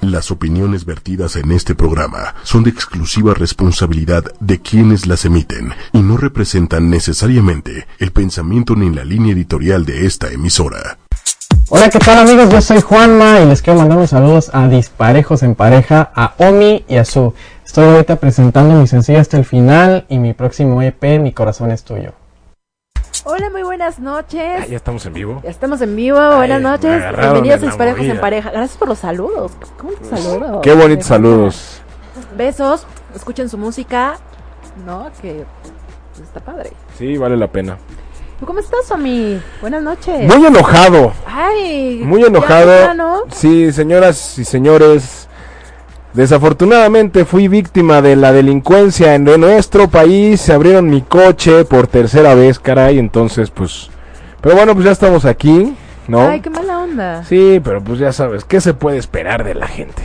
Las opiniones vertidas en este programa son de exclusiva responsabilidad de quienes las emiten y no representan necesariamente el pensamiento ni la línea editorial de esta emisora. Hola, ¿qué tal amigos? Yo soy Juanma y les quiero mandar unos saludos a Disparejos en Pareja, a Omi y a Su. Estoy ahorita presentando mi sencillo hasta el final y mi próximo EP, Mi Corazón es Tuyo. Hola, muy buenas noches. Ah, ya estamos en vivo. Ya estamos en vivo, buenas Ay, me noches. agarraron Bienvenidos en a la Disparejos en movida. Pareja. Gracias por los saludos. Pues, ¿Cómo te saludo? Qué bonitos saludos. Besos, escuchen su música. No, que pues, está padre. Sí, vale la pena. ¿Tú cómo estás, Omi? Buenas noches. Muy enojado, Ay, muy ya enojado. temprano. Sí, señoras y señores. Desafortunadamente fui víctima de la delincuencia en nuestro país. Se abrieron mi coche por tercera vez, caray. Entonces, pues. Pero bueno, pues ya estamos aquí, ¿no? Ay, qué mala onda. Sí, pero pues ya sabes, ¿qué se puede esperar de la gente?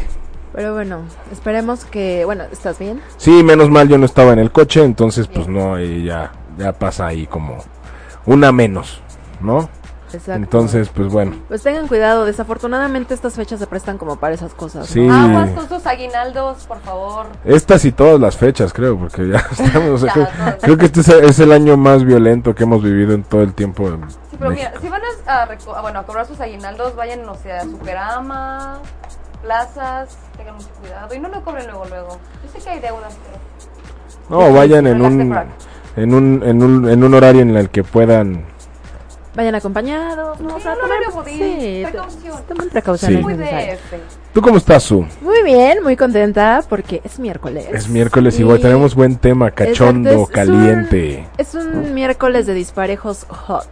Pero bueno, esperemos que. Bueno, ¿estás bien? Sí, menos mal yo no estaba en el coche, entonces pues no, y ya, ya pasa ahí como una menos, ¿no? Exacto. Entonces, pues bueno. Pues tengan cuidado, desafortunadamente estas fechas se prestan como para esas cosas. Sí. Aguas con sus aguinaldos, por favor. Estas y todas las fechas, creo, porque ya estamos. o sea, Ya, creo, todas. creo que este es, es el año más violento que hemos vivido en todo el tiempo. en Sí, pero México. mira, si van a- a, reco- a, bueno, a cobrar sus aguinaldos, vayan, no sé, a Superama, plazas, tengan mucho cuidado. Y no lo cobren luego, luego. Yo sé que hay deudas, pero... no, vayan en Relax, un, crack. en un en un en un horario en el que puedan. Vayan acompañados, ¿no? Sí, O sea, no, tomen- no, no, sí, precaución. tomen precauciones Sí. Muy de necesarias. este. ¿Tú cómo estás, Su? Muy bien, muy contenta porque es miércoles. Es miércoles y Y- hoy tenemos buen tema, cachondo, Exacto, es- caliente, Es un, es un miércoles de disparejos hot,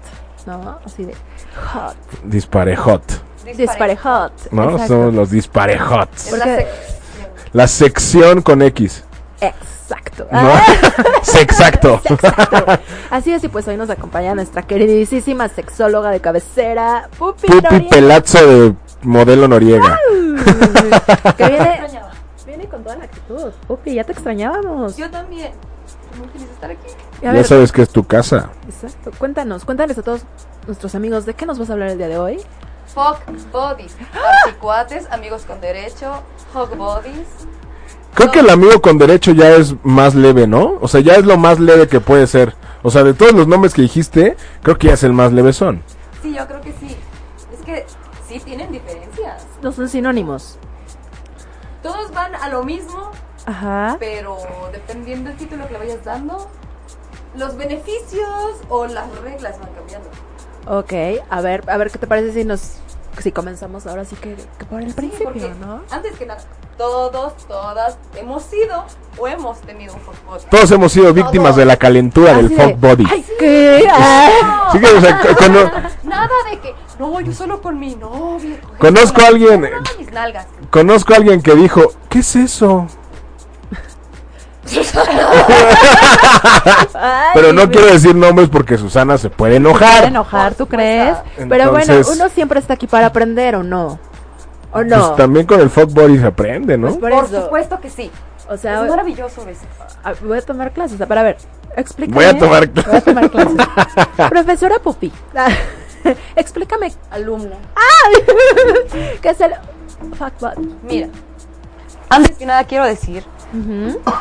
¿no? Así de hot, disparejot, disparejot. ¿no? exacto. Somos los disparejots. Es la Porque- sec- La sección con X, Exacto. Ah, ¿no? Exacto. Así es, y pues hoy nos acompaña nuestra queridísima sexóloga de cabecera, Pupi, Pupi Noriega, pelazo de modelo Noriega. que viene, Extrañaba. viene con toda la actitud. Pupi, ya te extrañábamos. Yo también. Muy feliz de estar aquí. A ya ver, sabes que es tu casa. exacto. Cuéntanos, cuéntales a todos nuestros amigos de qué nos vas a hablar el día de hoy. Fuck bodies. Articuates, amigos con derecho. Hog bodies. Creo que el amigo con derecho ya es más leve, ¿no? O sea, ya es lo más leve que puede ser. O sea, de todos los nombres que dijiste, creo que ya es el más leve son. Sí, yo creo que sí. Es que sí tienen diferencias. No son sinónimos. Todos van a lo mismo, Ajá. pero dependiendo del título que le vayas dando, los beneficios o las reglas van cambiando. Ok, a ver, a ver qué te parece si nos si comenzamos ahora sí que, que por Ah, el Sí, principio, porque ¿no? antes que nada, todos, todas hemos sido o hemos tenido un fuckbot. Todos hemos sido víctimas de la calentura del Así de, fuck body. Ay, ¿qué? Ah. No, Sí que, o sea, co- cono- Nada de que, no, yo solo con mi novio. con- Conozco a alguien- No, no, mis nalgas. conozco a alguien que dijo, ¿qué es eso? Ay, Pero no me- quiero decir nombres porque Susana se puede puede enojar. enojar, ¿tú crees? supuesto. Pero bueno, Entonces- uno siempre está aquí para aprender, ¿o no? ¿O no? Pues, Pues también con el fuck body se aprende, ¿no? por, Por eso, supuesto que sí. o sea, Es maravilloso a veces. a- Ah, voy a tomar clases. Pero a ver, explícame. Voy a tomar Voy a tomar clases. Profesora Pupi, Ah, explícame Alumna. qué es el fuckbot. Mira, antes que nada quiero decir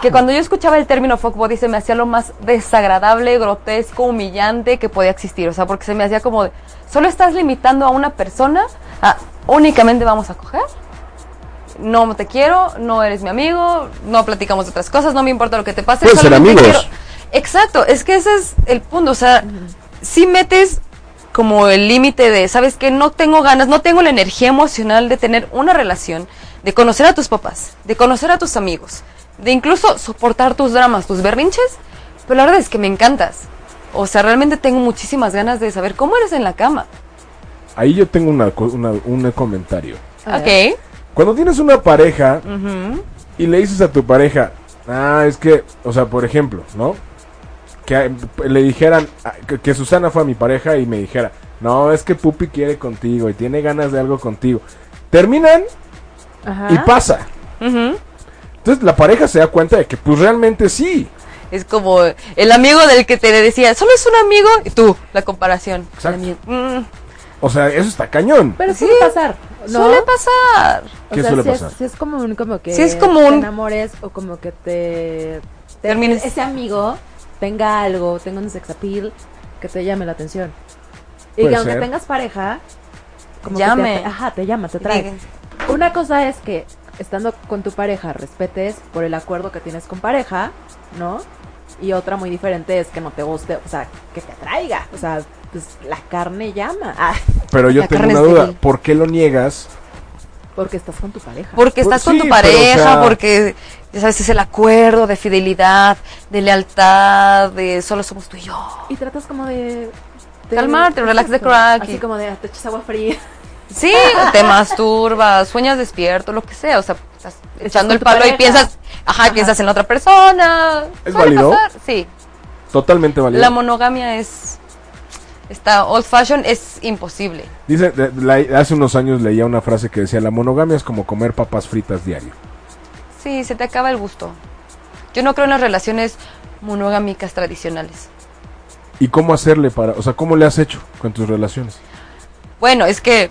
que cuando yo escuchaba el término fuckbody se me hacía lo más desagradable, grotesco, humillante que podía existir. O sea, porque se me hacía como de, solo estás limitando a una persona a únicamente vamos a coger. No te quiero, no eres mi amigo, no platicamos de otras cosas, no me importa lo que te pase. Pueden ser solamente amigos. quiero- Exacto, es que ese es el punto. O sea, si metes como el límite de, ¿sabes que No tengo ganas, no tengo la energía emocional de tener una relación, de conocer a tus papás, de conocer a tus amigos, de incluso soportar tus dramas, tus berrinches, pero la verdad es que me encantas. O sea, realmente tengo muchísimas ganas de saber cómo eres en la cama. Ahí yo tengo una, co- una- un comentario. A Ok. Cuando tienes una pareja Ujú. y le dices a tu pareja, ah, es que, o sea, por ejemplo, ¿no? Que eh, le dijeran, ah, que, que Susana fue a mi pareja y me dijera, no, es que Pupi quiere contigo y tiene ganas de algo contigo. Terminan Ajá. y pasa. Ah. Ujú. Entonces la pareja se da cuenta de que, pues realmente sí. Es como el amigo del que te decía, solo es un amigo, y tú, la comparación. Exacto. Mm, O sea, eso está cañón. Pero sí Sí. puede pasar. ¿no? Suele pasar. ¿Qué suele si pasar? Es, si es como un, como que Si es como te un- enamores o como que te, te- Termines. ese amigo tenga algo, tenga un sex appeal que te llame la atención. Y Puede que aunque ser. tengas pareja, como Llame. que te, ajá, te llama, te trae. Una cosa es que estando con tu pareja respetes por el acuerdo que tienes con pareja, ¿no? Y otra muy diferente es que no te guste, o sea, que te atraiga. O sea, pues la carne llama. Ah, Pero yo La tengo carne una es duda, débil. ¿por qué lo niegas? porque estás con tu pareja. Porque Pues estás con sí, tu pero, o pareja, sea- porque ya sabes, es el acuerdo de fidelidad, de lealtad, de solo somos tú y yo. Y tratas como de. Calmarte, relax the Exacto. crack Así y- como de ah, te echas agua fría. Sí, te masturbas, sueñas despierto, lo que sea, o sea, estás echando con el tu palo pareja. y piensas, ajá, y piensas en la otra persona. ¿Es Suele válido? pasar, Sí, Totalmente válido. la monogamia es está old fashion es imposible. Dice, de- la- hace unos años leía una frase que decía, la monogamia es como comer papas fritas diario. Sí, se te acaba el gusto. Yo no creo en las relaciones monogámicas tradicionales. ¿Y cómo hacerle para, o sea, cómo le has hecho con tus relaciones? Bueno, es que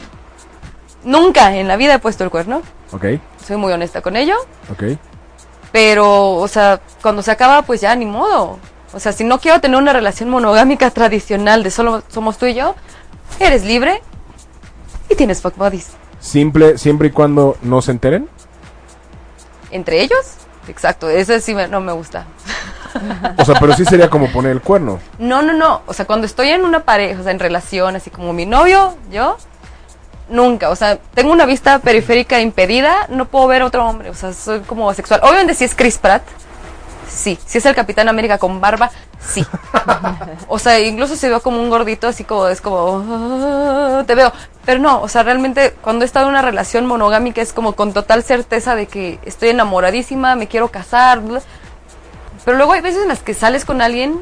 nunca en la vida he puesto el cuerno. ¿Ok? Soy muy honesta con ello. ¿Ok? Pero, o sea, cuando se acaba, pues ya ni modo. O sea, si no quiero tener una relación monogámica tradicional de solo somos tú y yo, eres libre y tienes fuck buddies. Simple, siempre y cuando no se enteren. ¿Entre ellos? Exacto, eso sí me- no me gusta. O sea, pero sí sería como poner el cuerno. No, no, no. O sea, cuando estoy en una pareja, o sea, en relación, así como mi novio, yo, nunca. O sea, tengo una vista periférica impedida, no puedo ver otro hombre. O sea, soy como asexual. Obviamente, si es Chris Pratt, sí. Si es el Capitán América con barba, sí. o sea, incluso se veo como un gordito, así como, es como, "Ah, te veo. Pero no, o sea, realmente cuando he estado en una relación monogámica es como con total certeza de que estoy enamoradísima, me quiero casar. bla. Pero luego hay veces en las que sales con alguien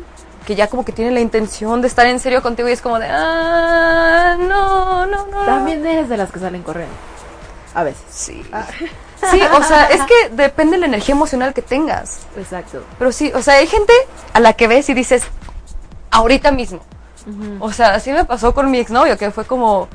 que ya como que tiene la intención de estar en serio contigo y es como de, ah, no, no, no. También eres de las que salen corriendo. A veces. Sí. Sí, o sea, es que depende de la energía emocional que tengas. Exacto. Pero sí, o sea, hay gente a la que ves y dices, ahorita mismo. O sea, así me pasó con mi exnovio, que fue como,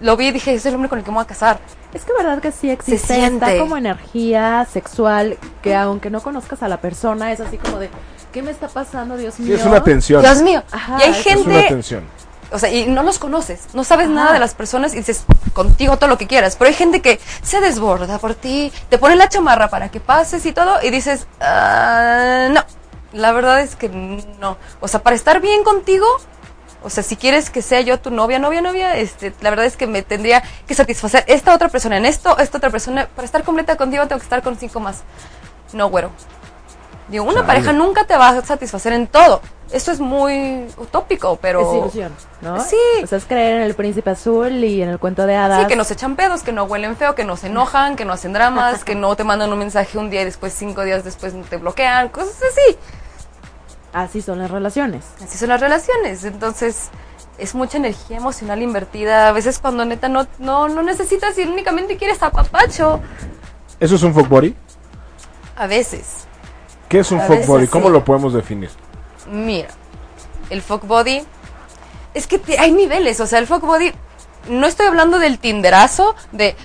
lo vi y dije, es el hombre con el que me voy a casar. Es que verdad que sí existe siente. esta como energía sexual que aunque no conozcas a la persona es así como de ¿qué me está pasando, Dios Sí, mío? es una tensión. Dios mío. Ajá, y hay eso es Es una gente, tensión. o sea, y no los conoces, no sabes Ajá. nada de las personas y dices, contigo todo lo que quieras. Pero hay gente que se desborda por ti, te pone la chamarra para que pases y todo, y dices, "Ah, no. La verdad es que no. O sea, para estar bien contigo, o sea, si quieres que sea yo tu novia, novia, novia, este, la verdad es que me tendría que satisfacer esta otra persona en esto, esta otra persona. Para estar completa contigo tengo que estar con cinco más. No, güero. Digo, una Chale. pareja nunca te va a satisfacer en todo. Esto es muy utópico, pero... Es ilusión, ¿no? Sí. O sea, es creer en el príncipe azul y en el cuento de hadas. Sí, que no se echan pedos, que no huelen feo, que no se enojan, que no hacen dramas, que no te mandan un mensaje un día y después cinco días después te bloquean, cosas así. Así son las relaciones. Así son las relaciones. Entonces, es mucha energía emocional invertida. A veces cuando neta no, no, no necesitas y únicamente quieres apapacho. ¿Eso es un fuckbody? A veces. ¿Qué es un A fuckbody? veces ¿Cómo sí. lo podemos definir? Mira, el fuckbody. Es que te- hay niveles. O sea, el fuckbody. No estoy hablando del tinderazo de.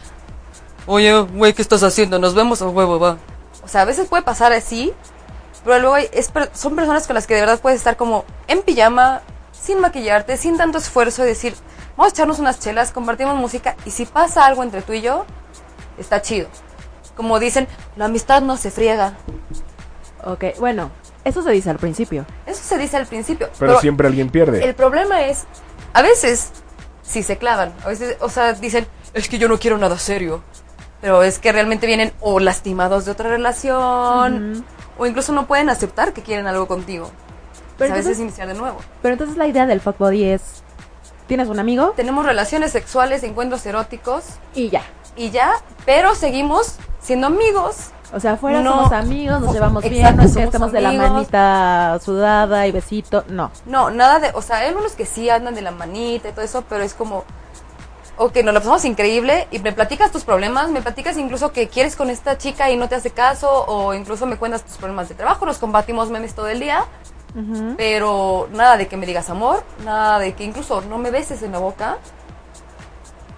Oye, güey, ¿qué estás haciendo? ¿Nos vemos? o huevo, va. O sea, a veces puede pasar así. Pero luego hay- es per- son personas con las que de verdad puedes estar como en pijama, sin maquillarte, sin tanto esfuerzo y decir, vamos a echarnos unas chelas, compartimos música y si pasa algo entre tú y yo, está chido. Como dicen, la amistad no se friega. Ok, bueno, eso se dice al principio. Eso se dice al principio. Pero, siempre alguien pierde. El problema es, a veces, si se clavan, a veces, o sea, dicen, es que yo no quiero nada serio. Pero es que realmente vienen o lastimados de otra relación, o incluso no pueden aceptar que quieren algo contigo. Pero Pues a veces entonces- iniciar de nuevo. Pero entonces la idea del fuckbody es tienes un amigo Tenemos relaciones sexuales, encuentros eróticos, y ya. y ya, pero seguimos siendo amigos. O sea, afuera No. somos amigos, nos llevamos bien, Exacto, no es que somos estemos de la amigos. manita sudada y besito, no. No, nada de, o sea, hay algunos que sí andan de la manita y todo eso, pero es como, ok, nos la pasamos increíble y me platicas tus problemas, me platicas incluso que quieres con esta chica y no te hace caso, o incluso me cuentas tus problemas de trabajo, nos combatimos memes todo el día, pero nada de que me digas amor, nada de que incluso no me beses en la boca.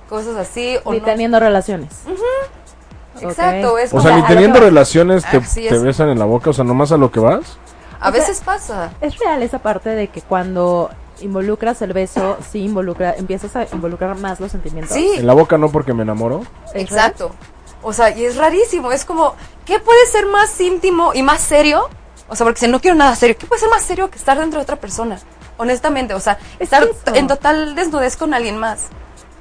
cosas así. O Ni no. teniendo relaciones. Exacto, Ok. es O como sea, ni a lo teniendo que- relaciones te, Así te es. besan en la boca, o sea, nomás a lo que vas. A veces pasa. Es real esa parte de que cuando involucras el beso, sí involucra, empiezas a involucrar más los sentimientos. Sí, En la boca no porque me enamoro. ¿Es real? exacto. O sea, y es rarísimo. Es como, ¿qué puede ser más íntimo y más serio? O sea, porque si no quiero nada serio, ¿qué puede ser más serio que estar dentro de otra persona? Honestamente, o sea, Es estar eso. t- en total desnudez con alguien más.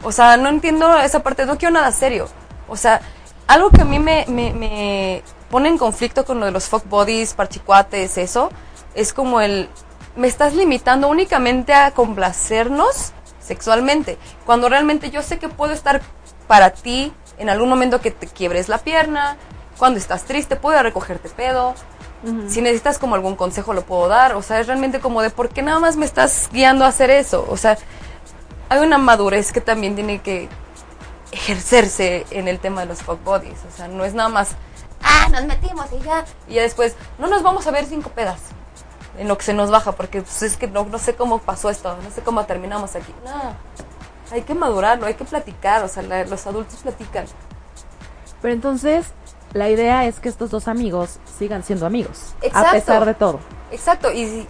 O sea, no entiendo esa parte, no quiero nada serio. O sea, algo que a mí me, me- me pone en conflicto con lo de los fuck bodies, parchicuates, eso, es como el, me estás limitando únicamente a complacernos sexualmente, cuando realmente yo sé que puedo estar para ti en algún momento que te quiebres la pierna, cuando estás triste, puedo recogerte pedo, si necesitas como algún consejo lo puedo dar, o sea, es realmente como de por qué nada más me estás guiando a hacer eso, o sea, hay una madurez que también tiene que ejercerse en el tema de los fuck bodies, o sea, no es nada más, ah, nos metimos y ya, y ya después, no nos vamos a ver cinco pedas en lo que se nos baja, porque pues, es que no, no sé cómo pasó esto, no sé cómo terminamos aquí, no, hay que madurarlo, hay que platicar, o sea, la- los adultos platican, Pero entonces, la idea es que estos dos amigos sigan siendo amigos. A Exacto. pesar de todo. Exacto, y si-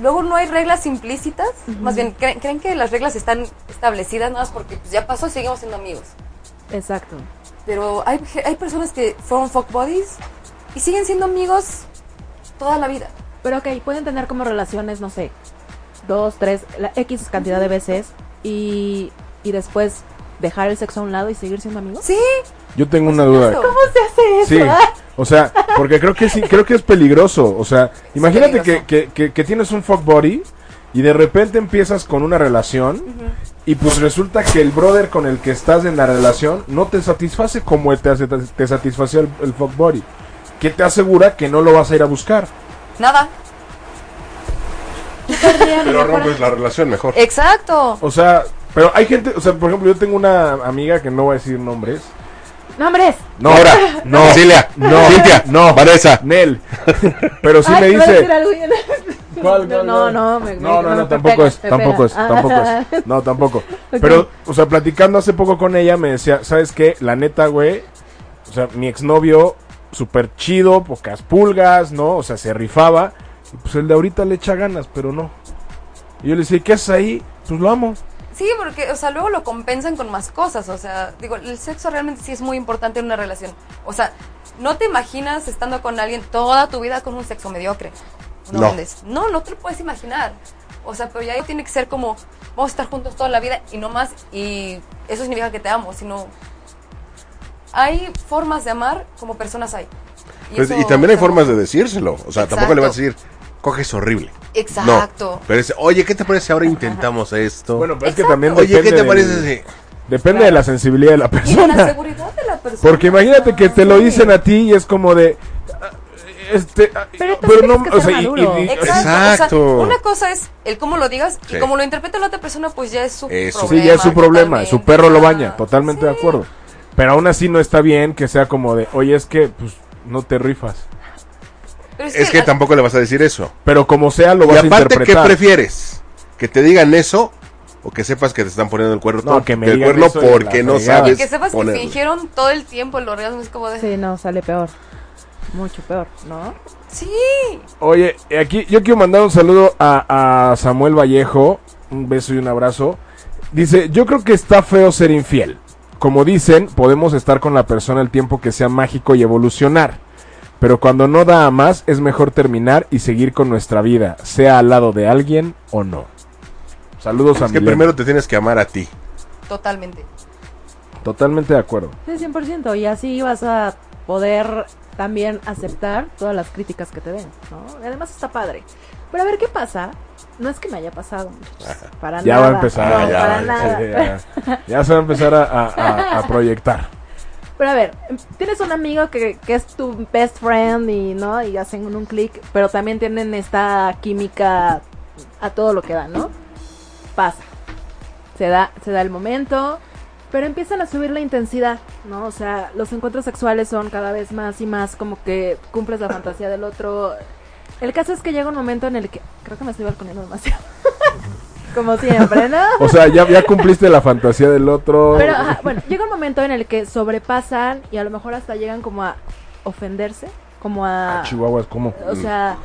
luego no hay reglas implícitas, más bien creen, creen que las reglas están establecidas nada más porque pues, ya pasó, seguimos siendo amigos. Exacto. Pero hay, ge- hay personas que fueron fuckbodies y siguen siendo amigos toda la vida. Pero ok, pueden tener como relaciones, no sé, dos, tres, la X cantidad de veces y, y después dejar el sexo a un lado y seguir siendo amigos. Sí, Yo tengo una duda. supuesto. se hace Sí, o sea, porque creo que sí, creo que es peligroso. O sea, imagínate que, peligroso. que, que- que tienes un fuck body y de repente empiezas con una relación y pues resulta que el brother con el que estás en la relación no te satisface como te, hace- te satisface el, el fuck body. Que te asegura que no lo vas a ir a buscar. nada. Pero rompes la relación mejor. Exacto. O sea, pero hay gente, o sea, por ejemplo, yo tengo una amiga que no voy a decir nombres. Nombres. No, Ahora, no, Cecilia, no, Cintia, no, Vanessa. Nel. Pero sí me Ay, iba a dice. decir algo bien- ¿Cuál, cuál, no, cuál? no, me- me- no, no, me- no, me tampoco pega, Ah. es, me tampoco pega. es, tampoco es, no, tampoco. Pero, o sea, platicando hace poco con ella me decía, ¿sabes qué? La neta, güey, o sea, mi exnovio, súper chido, pocas pulgas, ¿no? O sea, se rifaba, y pues el de ahorita le echa ganas, pero no. Y yo le decía, ¿qué haces ahí? Pues lo amo. Sí, porque, o sea, luego lo compensan con más cosas. O sea, digo, el sexo realmente sí es muy importante en una relación. O sea, no te imaginas estando con alguien toda tu vida con un sexo mediocre. No. No. mandes. No, no te lo puedes imaginar. O sea, pero ya tiene que ser como, vamos a estar juntos toda la vida y no más. Y eso significa que te amo, sino. Hay formas de amar como personas hay. Pues, eso y también hay está- formas de decírselo. O sea, tampoco le vas a Exacto. decir, coges horrible. Exacto. No, pero es, oye, ¿qué te parece ahora intentamos esto? Bueno, pero es que Exacto. también oye, ¿qué te del- parece si- Depende de la sensibilidad de la Y de la persona. seguridad de la persona. Porque imagínate que te lo Sí. dicen a ti y es como de... ah, Este, ah, Pero tú tienes que o ser sea, y- maduro. y- y- Exacto. Exacto. o sea, una cosa es el cómo lo digas Sí. y cómo lo interpreta la otra persona, pues ya es su Es su- problema. Sí, ya es su problema. totalmente. Su perro lo baña. Ah, Totalmente sí. de acuerdo. Pero aún así no está bien que sea como de, oye, es que pues, no te rifas. Pero Es que la- tampoco le vas a decir eso. Pero como sea, lo Y vas a aparte, ¿qué interpretar. prefieres? ¿Que te digan eso o que sepas que te están poniendo el cuerno? No, todo- que me el digan cuerno eso y la porque no fregada. sabes Que sepas ponerlo. que fingieron todo el tiempo el orgasmo. Es como de. Sí. Sí, no, sale peor. Mucho peor, ¿no? Oye, aquí yo quiero mandar un saludo a, a Samuel Vallejo. Un beso y un abrazo. Dice, yo creo que está feo ser infiel. Como dicen, podemos estar con la persona el tiempo que sea mágico y evolucionar. Pero cuando no da a más, es mejor terminar y seguir con nuestra vida, sea al lado de alguien o no. Saludos a Es que Milena. primero te tienes que amar a ti. Totalmente. Totalmente de acuerdo. Sí, 100%. Y así vas a poder también aceptar todas las críticas que te den, ¿no? Y Además está padre. Pero a ver qué pasa. No es que me haya pasado, muchachos. Para Ya nada. va a empezar. No, ya, para ya, nada. Sí, ya. Ya se va a empezar a, a- a- a proyectar. Pero a ver, tienes un amigo que, que es tu best friend y, ¿no? Y hacen un, un clic, pero también tienen esta química a todo lo que da, ¿no? Pasa. Se da, se da el momento, pero empiezan a subir la intensidad, ¿no? O sea, los encuentros sexuales son cada vez más y más como que cumples la fantasía del otro. El caso es que llega un momento en el que... Creo que me estoy balconeando demasiado. como siempre, ¿no? O sea, ya, ya cumpliste la fantasía del otro. Ah, Pero ajá, bueno, llega un momento en el que sobrepasan y a lo mejor hasta llegan como a ofenderse, como a... Ah, Mm, Chihuahuas, ¿cómo? o sea,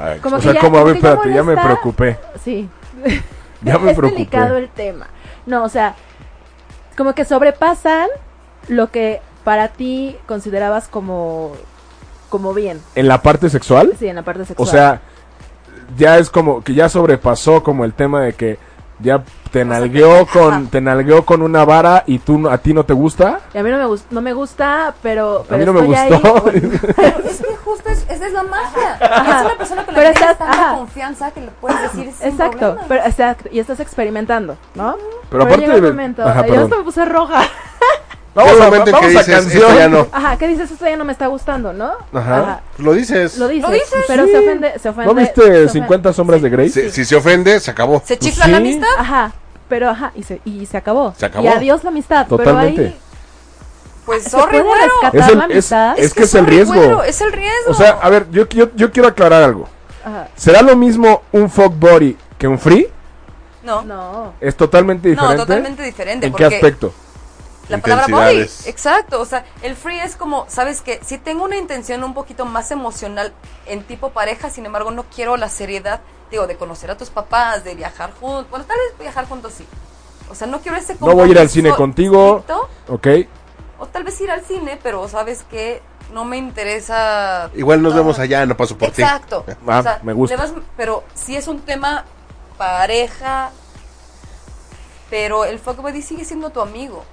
Ay, como o que sea, ya- ¿cómo? A como ver, que ya espérate, ya me molesta. preocupé. sí. Ya me es delicado preocupé. el tema. No, o sea, como que sobrepasan lo que para ti considerabas como, como bien, ¿En la parte sexual? sí, en la parte sexual. O sea, ya es como que ya sobrepasó como el tema de que ya te nalgueó con te nalgueó con una vara y tú no- a ti no te gusta. Y a mí no me, gus- no me gusta, pero, A pero mí no me estoy ahí, gustó. bueno, Es que justo es, esa es la magia. Es una persona con la Pero que estás- tienes tanta ajá. confianza que le puedes decir sin Exacto, problema. pero, exacto, y estás experimentando, ¿no? Pero aparte llega un de- momento, Ajá, ay, yo perdón. hasta me puse roja. Vamos Llega a, un momento en vamos que a dices, canción. "Esto ya no". Ajá, ¿qué dices? Esto ya no me está gustando, ¿no? Ajá. Lo dices. Lo dices, ¿Lo dices? pero Sí. se ofende, se ofende. ¿No se viste ofende. 50 sombras de Grey? Si, si se ofende, se acabó. ¿Se Pues chifla la sí. amistad? Ajá, pero ajá, y se, y se acabó. Se acabó. Y adiós la amistad, pero Totalmente. ahí Pues se puede sorry, güero. rescatar Es el- la es- amistad. es- que el sorry, riesgo. güero, Es el riesgo. O sea, a ver, yo, yo, yo quiero aclarar algo. Ajá. ¿Será lo mismo un fuck body que un free? no, no, No, ¿Es totalmente diferente? totalmente diferente. ¿En qué porque aspecto? La palabra body. Intensidades. Exacto. O sea, el free es como, ¿sabes qué? Si tengo una intención un poquito más emocional en tipo pareja, sin embargo, no quiero la seriedad, digo, de conocer a tus papás, de viajar juntos. Bueno, tal vez viajar juntos sí. O sea, no quiero ese No voy a ir al compromiso cine contigo. estricto, ¿Ok? o tal vez ir al cine, pero ¿sabes qué? No me interesa Igual nos vemos allá, no paso por ti. Exacto. Ah, me gusta. le vas- pero si es un tema pareja, pero el fuckbody sigue siendo tu amigo.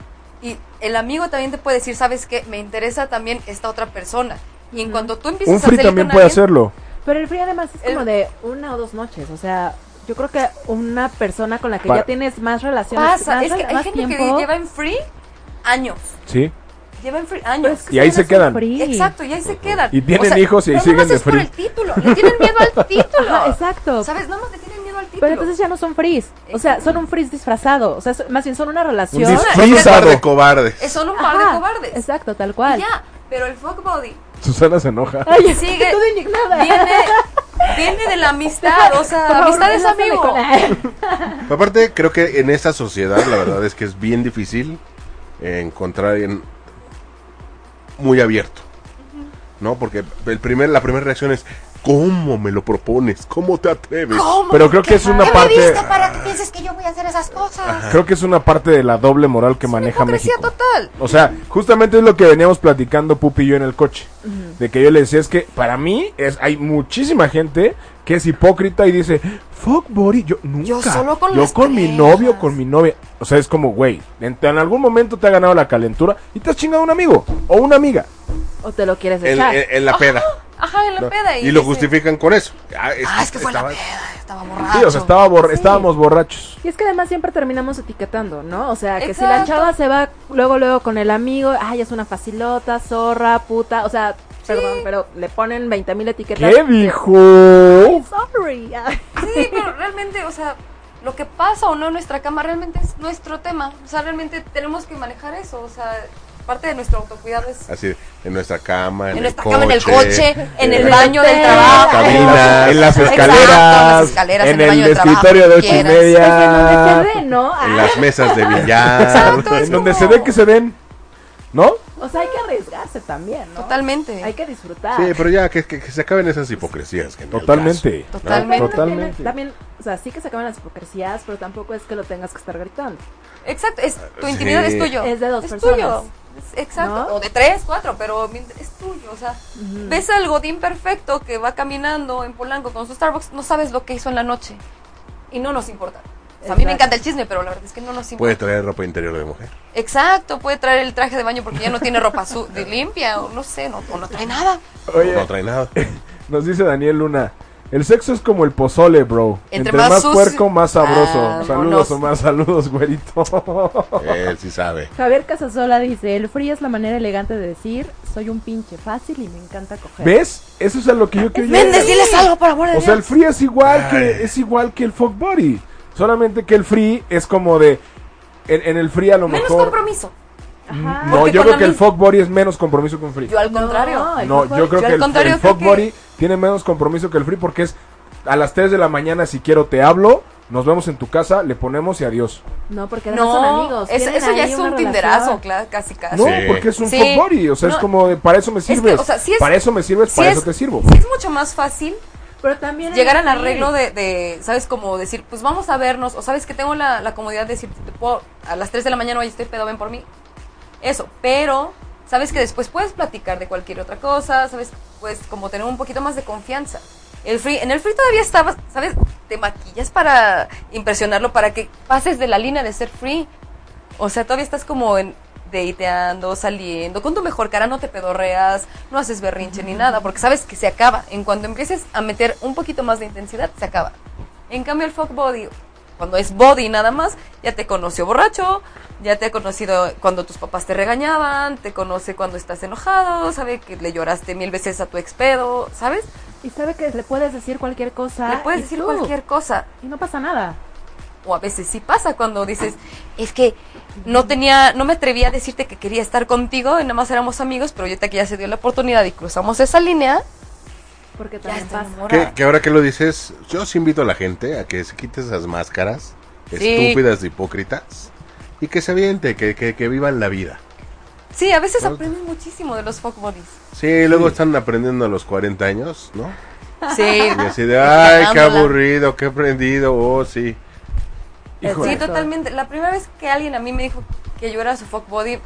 Y el amigo también te puede decir, ¿sabes qué? Me interesa también esta otra persona. Y en cuanto tú empiezas Un free a salir también con puede alguien- hacerlo. pero el frío además es El- como de una o dos noches, o sea, yo creo que una persona con la que Pa- ya tienes más relaciones, Pasa, más, es que hay más gente tiempo, que lleva en free años. ¿sí. Lleva en free pero años. es que Y ahí ustedes se no son quedan. free. Exacto, y ahí se quedan. Y tienen hijos y ahí pero siguen nada más de es por free. el título, le tienen miedo al título. Ajá, exacto. ¿Sabes? Nada más le tienen miedo al título. Pero entonces ya no son frizz. O sea, son un frizz disfrazado. O sea, so- más bien son una relación. Un disfraz. Son un par Frisado. de cobardes. Eh, Son un Ajá, par de cobardes. Exacto, tal Y cual. ya, pero el fuckbody Susana se enoja. Ay, Sigue. Estoy indignada. viene, viene de la amistad, o sea, Por favor, amistad es relájame amigo. con la- Aparte, creo que en esta sociedad, la verdad es que es bien difícil encontrar en muy abierto. ¿No? Porque el primer, la primera reacción es ¿Cómo me lo propones? ¿Cómo te atreves? Pero creo que es una ¿Qué me parte. viste para que pienses que yo voy a hacer esas cosas? Creo que es una parte de la doble moral que maneja Hipocresía México. total. O sea, justamente es lo que veníamos platicando Pupi y yo en el coche. De que yo le decía, es que para mí es, hay muchísima gente que es hipócrita y dice, fuck body, yo nunca. Yo solo con yo las con mi parejas". novio, con mi novia. O sea, es como, güey, en, en algún momento te ha ganado la calentura y te has chingado a un amigo o una amiga. O te lo quieres En, echar. en- en la peda. Ajá, en la ¿no? peda. Y lo dice, justifican con eso. Ah, Ah, es que fue en la estaba- peda, estaba Sí, borracho. o sea, estaba borra- estábamos borrachos. Y es que además siempre terminamos etiquetando, ¿no? O sea, que si la Exacto. chava se va luego, luego con el amigo, ay, es una facilota, zorra, puta, o sea, perdón, pero le ponen 20 mil etiquetas. ¿Qué dijo? Sorry. Sí, pero realmente, o sea, lo que pasa o no en nuestra cama realmente es nuestro tema. O sea, realmente tenemos que manejar eso. O sea, parte de nuestro autocuidado es. Así, en nuestra cama, en, En el nuestra coche, cama, en el coche, en el eh, baño del en trabajo. la En las, en las Exacto, en escaleras, las escaleras, en, en el el, baño de trabajo, escritorio de donde ocho y quieras. media. Ah, Es en donde se ve, ¿no? Ah, en Ah, las mesas de billar. Exacto, es En donde se como- ve que se ven, ¿no? O sea, hay que arriesgarse también, ¿no? Totalmente. Hay que disfrutar. Sí, pero ya que, que- que se acaben esas hipocresías. que ni al Totalmente. caso, ¿no? Totalmente. Pero también- Totalmente. También, o sea, sí que se acaban las hipocresías, pero tampoco es que lo tengas que estar gritando. Exacto, es, tu Sí. intimidad es tuyo. Es de dos personas. tuyo. Es- Exacto, ¿No? o de tres, cuatro, pero mient- es tuyo. O sea, ves al Godín perfecto que va caminando en Polanco con su Starbucks, no sabes lo que hizo en la noche. Y no nos importa. O sea, a mí me Exacto. encanta el chisme, pero la verdad es que no nos Puede importa. traer ropa interior de mujer. Exacto, puede traer el traje de baño porque ya no tiene ropa su- de limpia, o no sé, no, o no trae nada. Oye, No trae nada. nos dice Daniel Luna. El sexo es como el pozole, bro. Entre, Entre más, más sucio- puerco, más sabroso. Ah, saludos, vámonos. más saludos, güerito. Él sí sabe. Javier Casasola dice, el free es la manera elegante de decir, soy un pinche fácil y me encanta coger. ¿Ves? Eso es a lo que yo quiero Ven, llegar. deciles algo, por amor de O Dios. sea, el free es igual que es igual que el fuck body. Solamente que el free es como de en, en el free a lo Menos mejor compromiso. Ajá. No, Porque yo creo con la que el misma- fuck body es menos compromiso que un free. Yo al contrario. el No, fuck yo buddy. creo Yo que al el, contrario el fuck creo que- body tiene menos compromiso que el free porque es a las 3 de la mañana si quiero te hablo, nos vemos en tu casa, le ponemos y adiós. No, porque además son No, amigos. es- tienen eso ya ahí es una un relación. tinderazo, cla- casi casi. No, Sí. porque es un Sí. fuck buddy, o sea, No. es como de para eso me que, sirves. o sea, sí es- para eso me sirves, sí para es- eso te sirvo. Sí es mucho más fácil Pero también. llegar al ahí- arreglo de, de, ¿sabes? Como decir, pues vamos a vernos, o sabes que tengo la, la comodidad de decir, te puedo- a las 3 de la mañana, oye, estoy pedo, ven por mí. Eso, pero sabes que después puedes platicar de cualquier otra cosa, sabes, pues como tener un poquito más de confianza. El free, en el free todavía estabas, ¿sabes? Te maquillas para impresionarlo, para que pases de la línea de ser free. O sea, todavía estás como en deiteando, saliendo, con tu mejor cara no te pedorreas, no haces berrinche ni nada, porque sabes que se acaba. En cuanto empieces a meter un poquito más de intensidad, se acaba. En cambio el fuck body, cuando es body nada más, ya te conoció borracho, ya te ha conocido cuando tus papás te regañaban, te conoce cuando estás enojado, sabe que le lloraste mil veces a tu ex pedo, ¿sabes? Y sabe que le puedes decir cualquier cosa. Le puedes Ah, y decir tú, cualquier cosa. Y no pasa nada. o a veces sí pasa cuando dices, es que no tenía, no me atrevía a decirte que quería estar contigo y nada más éramos amigos, pero ahorita que ya se dio la oportunidad y cruzamos esa línea, Porque ya también estoy pasa. Que, enamorada. que ahora que lo dices, yo sí invito a la gente a que se quite esas máscaras Sí. estúpidas de hipócritas y que se aviente, que, que, que vivan la vida. Sí, a veces ¿No? aprendes muchísimo de los fuckbodies. Sí, y luego están aprendiendo a los 40 años, ¿no? Sí. Y así de, ay, qué Cagándola. aburrido, qué aprendido, oh, sí. Sí, Híjole. totalmente. La primera vez que alguien a mí me dijo que yo era su fuckbody,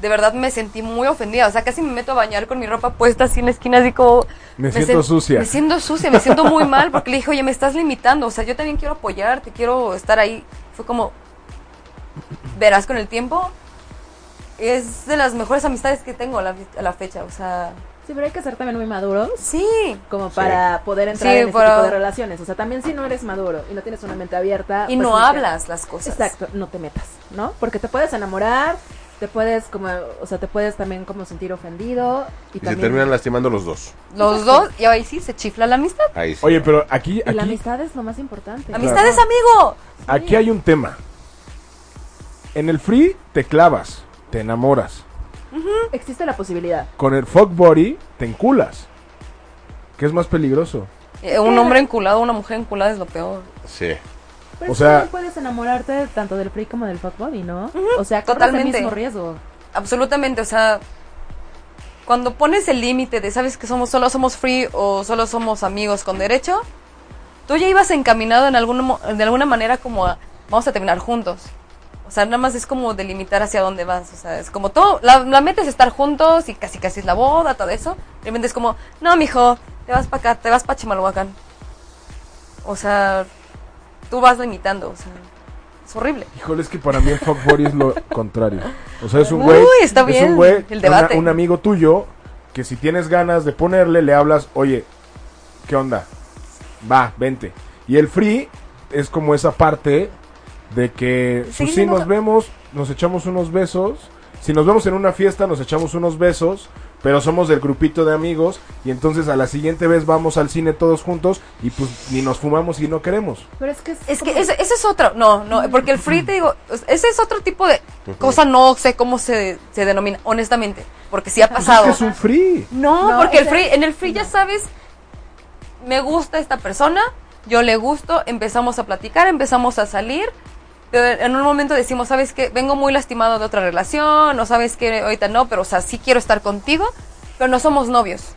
de verdad me sentí muy ofendida. O sea, casi me meto a bañar con mi ropa puesta así en la esquina, así como... Me siento sen- sucia. Me siento sucia, me siento muy mal porque le dije, oye, me estás limitando. O sea, yo también quiero apoyarte, quiero estar ahí. Fue como, verás con el tiempo. Es de las mejores amistades que tengo a la, fe- a la fecha. O sea, Sí, pero hay que ser también muy maduros. sí. Como para poder entrar Sí, en ese pero- tipo de relaciones. O sea, también si no eres maduro y no tienes una mente abierta. Y pues no sí, hablas las cosas. Exacto, no te metas, ¿no? Porque te puedes enamorar, te puedes como, o sea, te puedes también como sentir ofendido y, Y se también terminan lastimando los dos. Los dos, y ahí sí se chifla la amistad. Ahí sí. Oye, pero aquí, y la aquí, amistad es lo más importante. Amistad es amigo. aquí hay un tema. En el free te clavas, te enamoras. Existe la posibilidad. Con el fuck body te enculas. ¿Qué es más peligroso? Eh, Un hombre enculado, una mujer enculada es lo peor. Sí. Pero O o sea- puedes enamorarte tanto del free como del fuckbody, ¿no? o sea, totalmente. totalmente el mismo riesgo. Absolutamente, o sea, cuando pones el límite de sabes que somos solo somos free o solo somos amigos con derecho, tú ya ibas encaminado en algún, mo- de alguna manera como a, vamos a terminar juntos. O sea, nada más es como delimitar hacia dónde vas. O sea, es como todo, la, la meta es estar juntos y casi casi es la boda, todo eso. De repente es como, no, mijo, te vas para acá, te vas para Chimalhuacán. O sea, tú vas limitando, o sea, es horrible. Híjole, es que para mí el fuck buddy es lo contrario. O sea, es un Uy, güey. está Es un bien, güey, el una- debate. un amigo tuyo que si tienes ganas de ponerle, le hablas, oye, ¿qué onda? Va, vente. Y el free es como esa parte de que pues, Seguir sí siendo- nos vemos, nos echamos unos besos. Si nos vemos en una fiesta, nos echamos unos besos. Pero somos del grupito de amigos. Y entonces a la siguiente vez vamos al cine todos juntos. Y pues ni nos fumamos y no queremos. Pero es que es, Es que como- ese, ese es otro, no, no, porque el free te digo, es- ese es otro tipo de cosa, no sé cómo se, se denomina, honestamente, porque sí ha Pues Es que pasado. es un free. No, No, porque el ese- free, en el free ya sabes, me gusta esta persona, yo le gusto, empezamos a platicar, empezamos a salir, pero en un momento decimos, sabes que vengo muy lastimado de otra relación, o sabes que ahorita no, pero o sea, sí quiero estar contigo, pero no somos novios.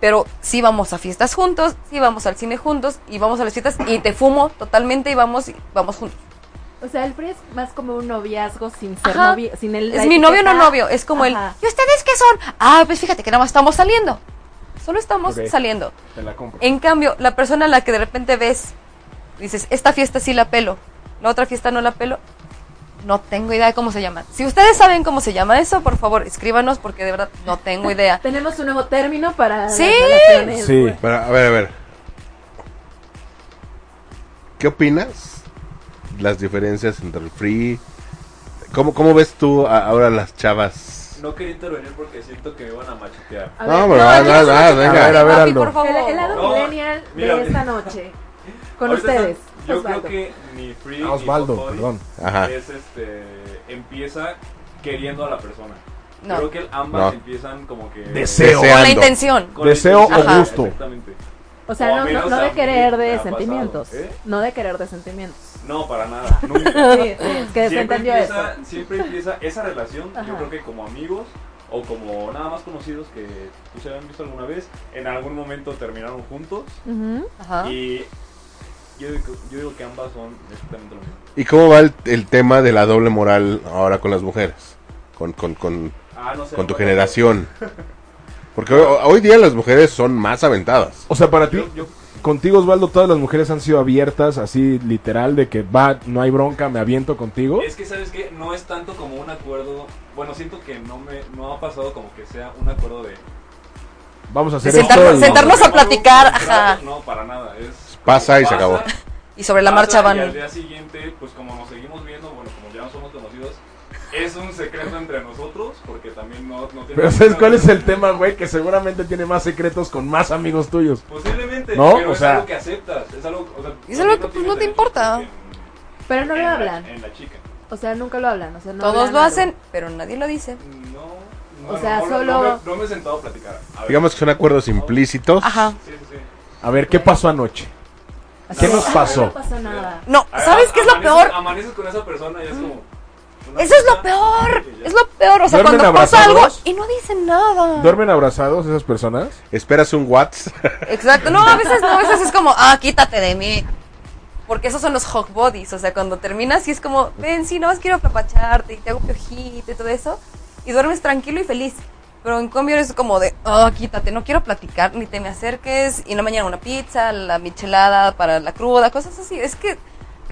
Pero sí vamos a fiestas juntos, sí vamos al cine juntos y vamos a las fiestas y te fumo totalmente y vamos, y vamos juntos. o sea, el free es más como un noviazgo sin ser Ajá. novio, sin el Es la mi novio o no etiqueta. novio, es como Ajá. el, ¿y ustedes qué son? Ah, pues fíjate que nada más estamos saliendo. Solo estamos Ok. saliendo. Te la compro. En cambio, la persona a la que de repente ves, dices, esta fiesta sí la pelo, la otra fiesta no la pelo, no tengo idea de cómo se llama. Si ustedes saben cómo se llama eso, por favor, escríbanos porque de verdad no tengo idea. Tenemos un nuevo término para Sí. las relaciones. Sí. Pero, a ver, a ver. ¿Qué opinas? Las diferencias entre el free. ¿Cómo, cómo ves tú a- ahora las chavas? No quería intervenir porque siento que me van a machetear. A ver, No, pero No, ah, no, ah, no, ah, no, venga. A ver, a ver, Papi, Aldo. por favor. El, el lado No, millennial mira. de esta noche. Con Ahorita ustedes. está- Yo Osvaldo. creo que ni Free Ah, ni Osvaldo, Popodi perdón. Ajá. es este empieza queriendo a la persona. No. Creo que ambas No. empiezan como que Deseo. Con la Deseando. intención. con la Deseo intención. o gusto. Exactamente. O sea, O no, al menos no- no a de mí querer me de ha pasado, sentimientos. ¿eh? No de querer de sentimientos. No, para nada, nunca. Sí, sí, que se siempre entendió eso. empieza, siempre empieza esa relación, Ajá. yo creo que como amigos o como nada más conocidos que tú se habían visto alguna vez, en algún momento terminaron juntos Ujú. Ajá. y yo, digo- yo digo que ambas son exactamente lo mismo. ¿Y cómo va el, el tema de la doble moral ahora con las mujeres? Con, con, con, Ah, no sé, con tu bueno, generación. Porque ho- hoy día las mujeres son más aventadas. O sea, para ti, Yo, yo, contigo Osvaldo, todas las mujeres han sido abiertas, así literal, de que va, no hay bronca, me aviento contigo. es que sabes que no es tanto como un acuerdo, bueno, siento que no me no ha pasado como que sea un acuerdo de Vamos a De hacer sentarnos- esto. y- sentarnos- a No, no, platicar, no, ajá. No, para nada, es Pasa y se acabó. Y sobre la pasa, marcha Y al van. día siguiente, pues como nos seguimos viendo, bueno, como ya no somos conocidos, es un secreto entre nosotros, porque también no, no tiene... Pero ¿sabes cuál es el tema, güey? Que seguramente tiene más secretos con más amigos tuyos. Posiblemente, ¿No? pero O es sea- algo que aceptas, es algo... O sea, Es algo que, también pues, no te tienes importa. derecho Pero no en lo la- hablan. En la chica. O sea, nunca lo hablan. O sea, no Todos hablan lo algo. hacen, pero nadie lo dice. No, no, O sea, no, no, solo- No, me- no me he sentado a platicar. A ver, Digamos que son acuerdos implícitos. Ajá. Sí, sí, sí. A ver, ¿qué pasó anoche? Así ¿Qué de, nos "Ah, pasó? No pasó nada. No, A ver, ¿sabes qué es lo amaneces- peor? Amaneces con esa persona y es como... "Pues una Eso es lo persona- peor. y ya. Es lo peor. O sea, ¿Duermen cuando pasa algo abrazados? y no dicen nada. ¿Duermen abrazados esas personas? Esperas un WhatsApp. Exacto. No, a veces no. A veces es como, ah, quítate de mí. Porque esos son los hog bodies. O sea, cuando terminas y es como, ven, sí, nada más quiero apapacharte y te hago piojito y todo eso. Y duermes tranquilo y feliz. Pero en cambio es como de, ah, quítate, no quiero platicar, ni te me acerques. Y en la mañana una pizza, la michelada para la cruda, cosas así. Es que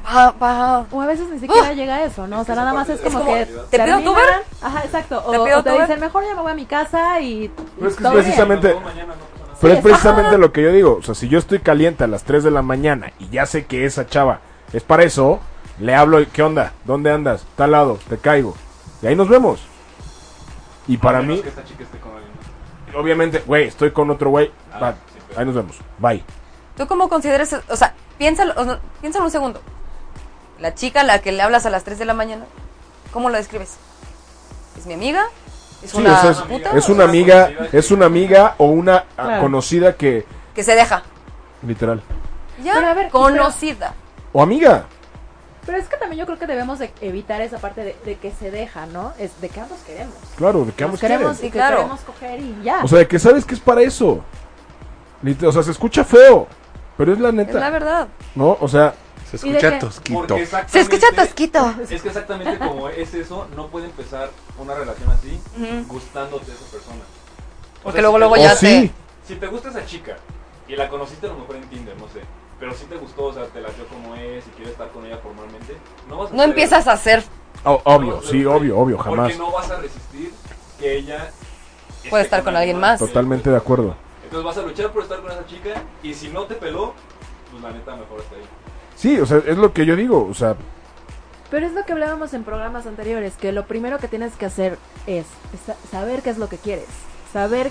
va, va. O a veces ni siquiera llega a eso, ¿no? O sea, nada más es Es como como, que. ¿te pido tu Uber? terminan- Ajá, exacto. O ¿Te o pido te, tu Uber? dicen, mejor ya me voy a mi casa y. Pero es que es todo bien". precisamente- No, mañana no pasa Pero nada. es Sí, exacto. precisamente lo que yo digo. O sea, si yo estoy caliente a las 3 de la mañana y ya sé que esa chava es para eso, le hablo, y, ¿qué onda? ¿Dónde andas? Tal lado, te caigo. Y ahí nos vemos. Y para A menos mí, que esta chica esté con alguien más. obviamente, güey, estoy con otro güey. Ah, va, sí, pero- ahí nos vemos. Bye. ¿Tú cómo consideras, o sea, piénsalo, o no, piénsalo un segundo? La chica a la que le hablas a las 3 de la mañana, ¿cómo la describes? ¿Es mi amiga? ¿Es Sí, una o sea, es, puta? es una amiga, es una amiga o una ah, Claro. conocida que, Que se deja. literal, Ya, Pero a ver, conocida. o amiga. Pero es que también yo creo que debemos de evitar esa parte de, de que se deja, ¿no? Es de que ambos queremos. Claro, de que Nos ambos queremos quieren. Sí, y que claro. queremos coger y ya. O sea, de que sabes que es para eso. Lit- O sea, se escucha feo, pero es la Es neta, la verdad. ¿no? O sea, Se ¿Y de qué? escucha tosquito. Porque Se escucha exactamente- tasquito. Es que exactamente como es eso, no puede empezar una relación así Ujú. gustándote a esa persona. O Porque luego, si luego te- o ya sí. Si te gusta esa chica y la conociste a lo mejor en Tinder, no sé, pero si te gustó, o sea, te la dio como es y quieres estar con ella formalmente, no vas a No hacer- empiezas a hacer, O- no obvio, vas a sí, hacer- obvio, obvio, jamás. Porque no vas a resistir que ella esté Puede estar con alguien más. Totalmente de acuerdo. Entonces vas a luchar por estar con esa chica y si no te peló, pues la neta mejor está ahí. Sí, o sea, es lo que yo digo, o sea, Pero es lo que hablábamos en programas anteriores, que lo primero que tienes que hacer es sa- saber qué es lo que quieres. Saber,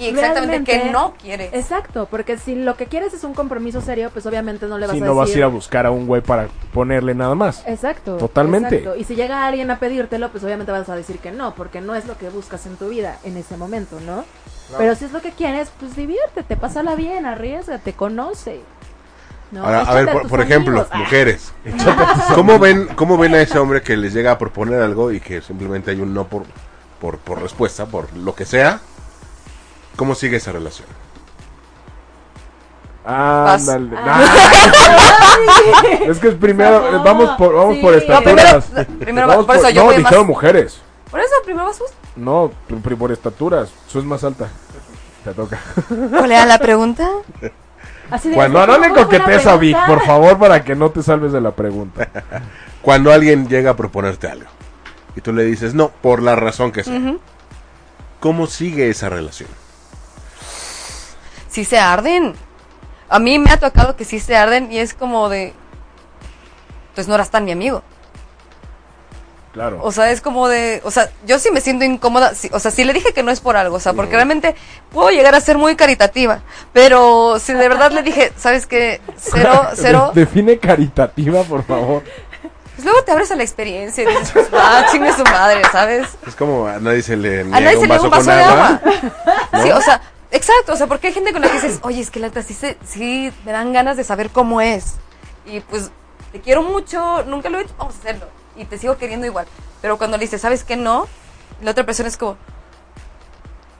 y exactamente Realmente- que no quieres. exacto, porque si lo que quieres es un compromiso serio, pues obviamente no le vas si a no vas a decir... Eh, ir a buscar a un güey para ponerle nada más. Exacto. Totalmente. exacto. Y si llega alguien a pedírtelo, pues obviamente vas a decir que no, porque no es lo que buscas en tu vida en ese momento, ¿no? Pero si es lo que quieres, pues diviértete, pásala bien, arriesgate, conoce. ¿no? Ahora, a Échate ver, por, tus por ejemplo, amigos. Ah, mujeres. ¿Cómo ven, ¿Cómo ven a ese hombre que les llega a proponer algo y que simplemente hay un no por, por, por respuesta, por lo que sea? ¿Cómo sigue esa relación? Ándale. Ah, Nah. es que es primero, Por favor. vamos por, vamos por Sí. No, primero, estaturas. primero Vamos por eso yo no, voy más. dijeron mujeres. Por eso, primero vas justo. No, pri- pri- por estaturas. Su es más alta. Te toca. ¿Cuál era la pregunta? así de- Cuando no, ¿cómo le fue la coquetes a Vic, pregunta? por favor, para que no te salves de la pregunta. Cuando alguien llega a proponerte algo y tú le dices no, por la razón que sea, Ujú. ¿cómo sigue esa relación? sí se arden. A mí me ha tocado que sí se arden y es como de... Pues no eras tan mi amigo. Claro. O sea, es como de... O sea, yo sí me siento incómoda. sí- o sea, sí le dije que no es por algo. O sea, porque realmente puedo llegar a ser muy caritativa. Pero si de verdad le dije, ¿sabes qué? Cero, cero. De- Define caritativa, por favor. Pues luego te abres a la experiencia y dices, pues, va, chingue su madre, ¿sabes? Es como a nadie se le A niega nadie un se le da vaso un vaso con de agua. agua. Sí, o sea, Exacto, o sea, porque hay gente con la que dices, oye, es que la neta sí, se- sí me dan ganas de saber cómo es. Y pues, te quiero mucho, nunca lo he hecho, vamos a hacerlo. Y te sigo queriendo igual. Pero cuando le dices, ¿sabes qué no? La otra persona es como.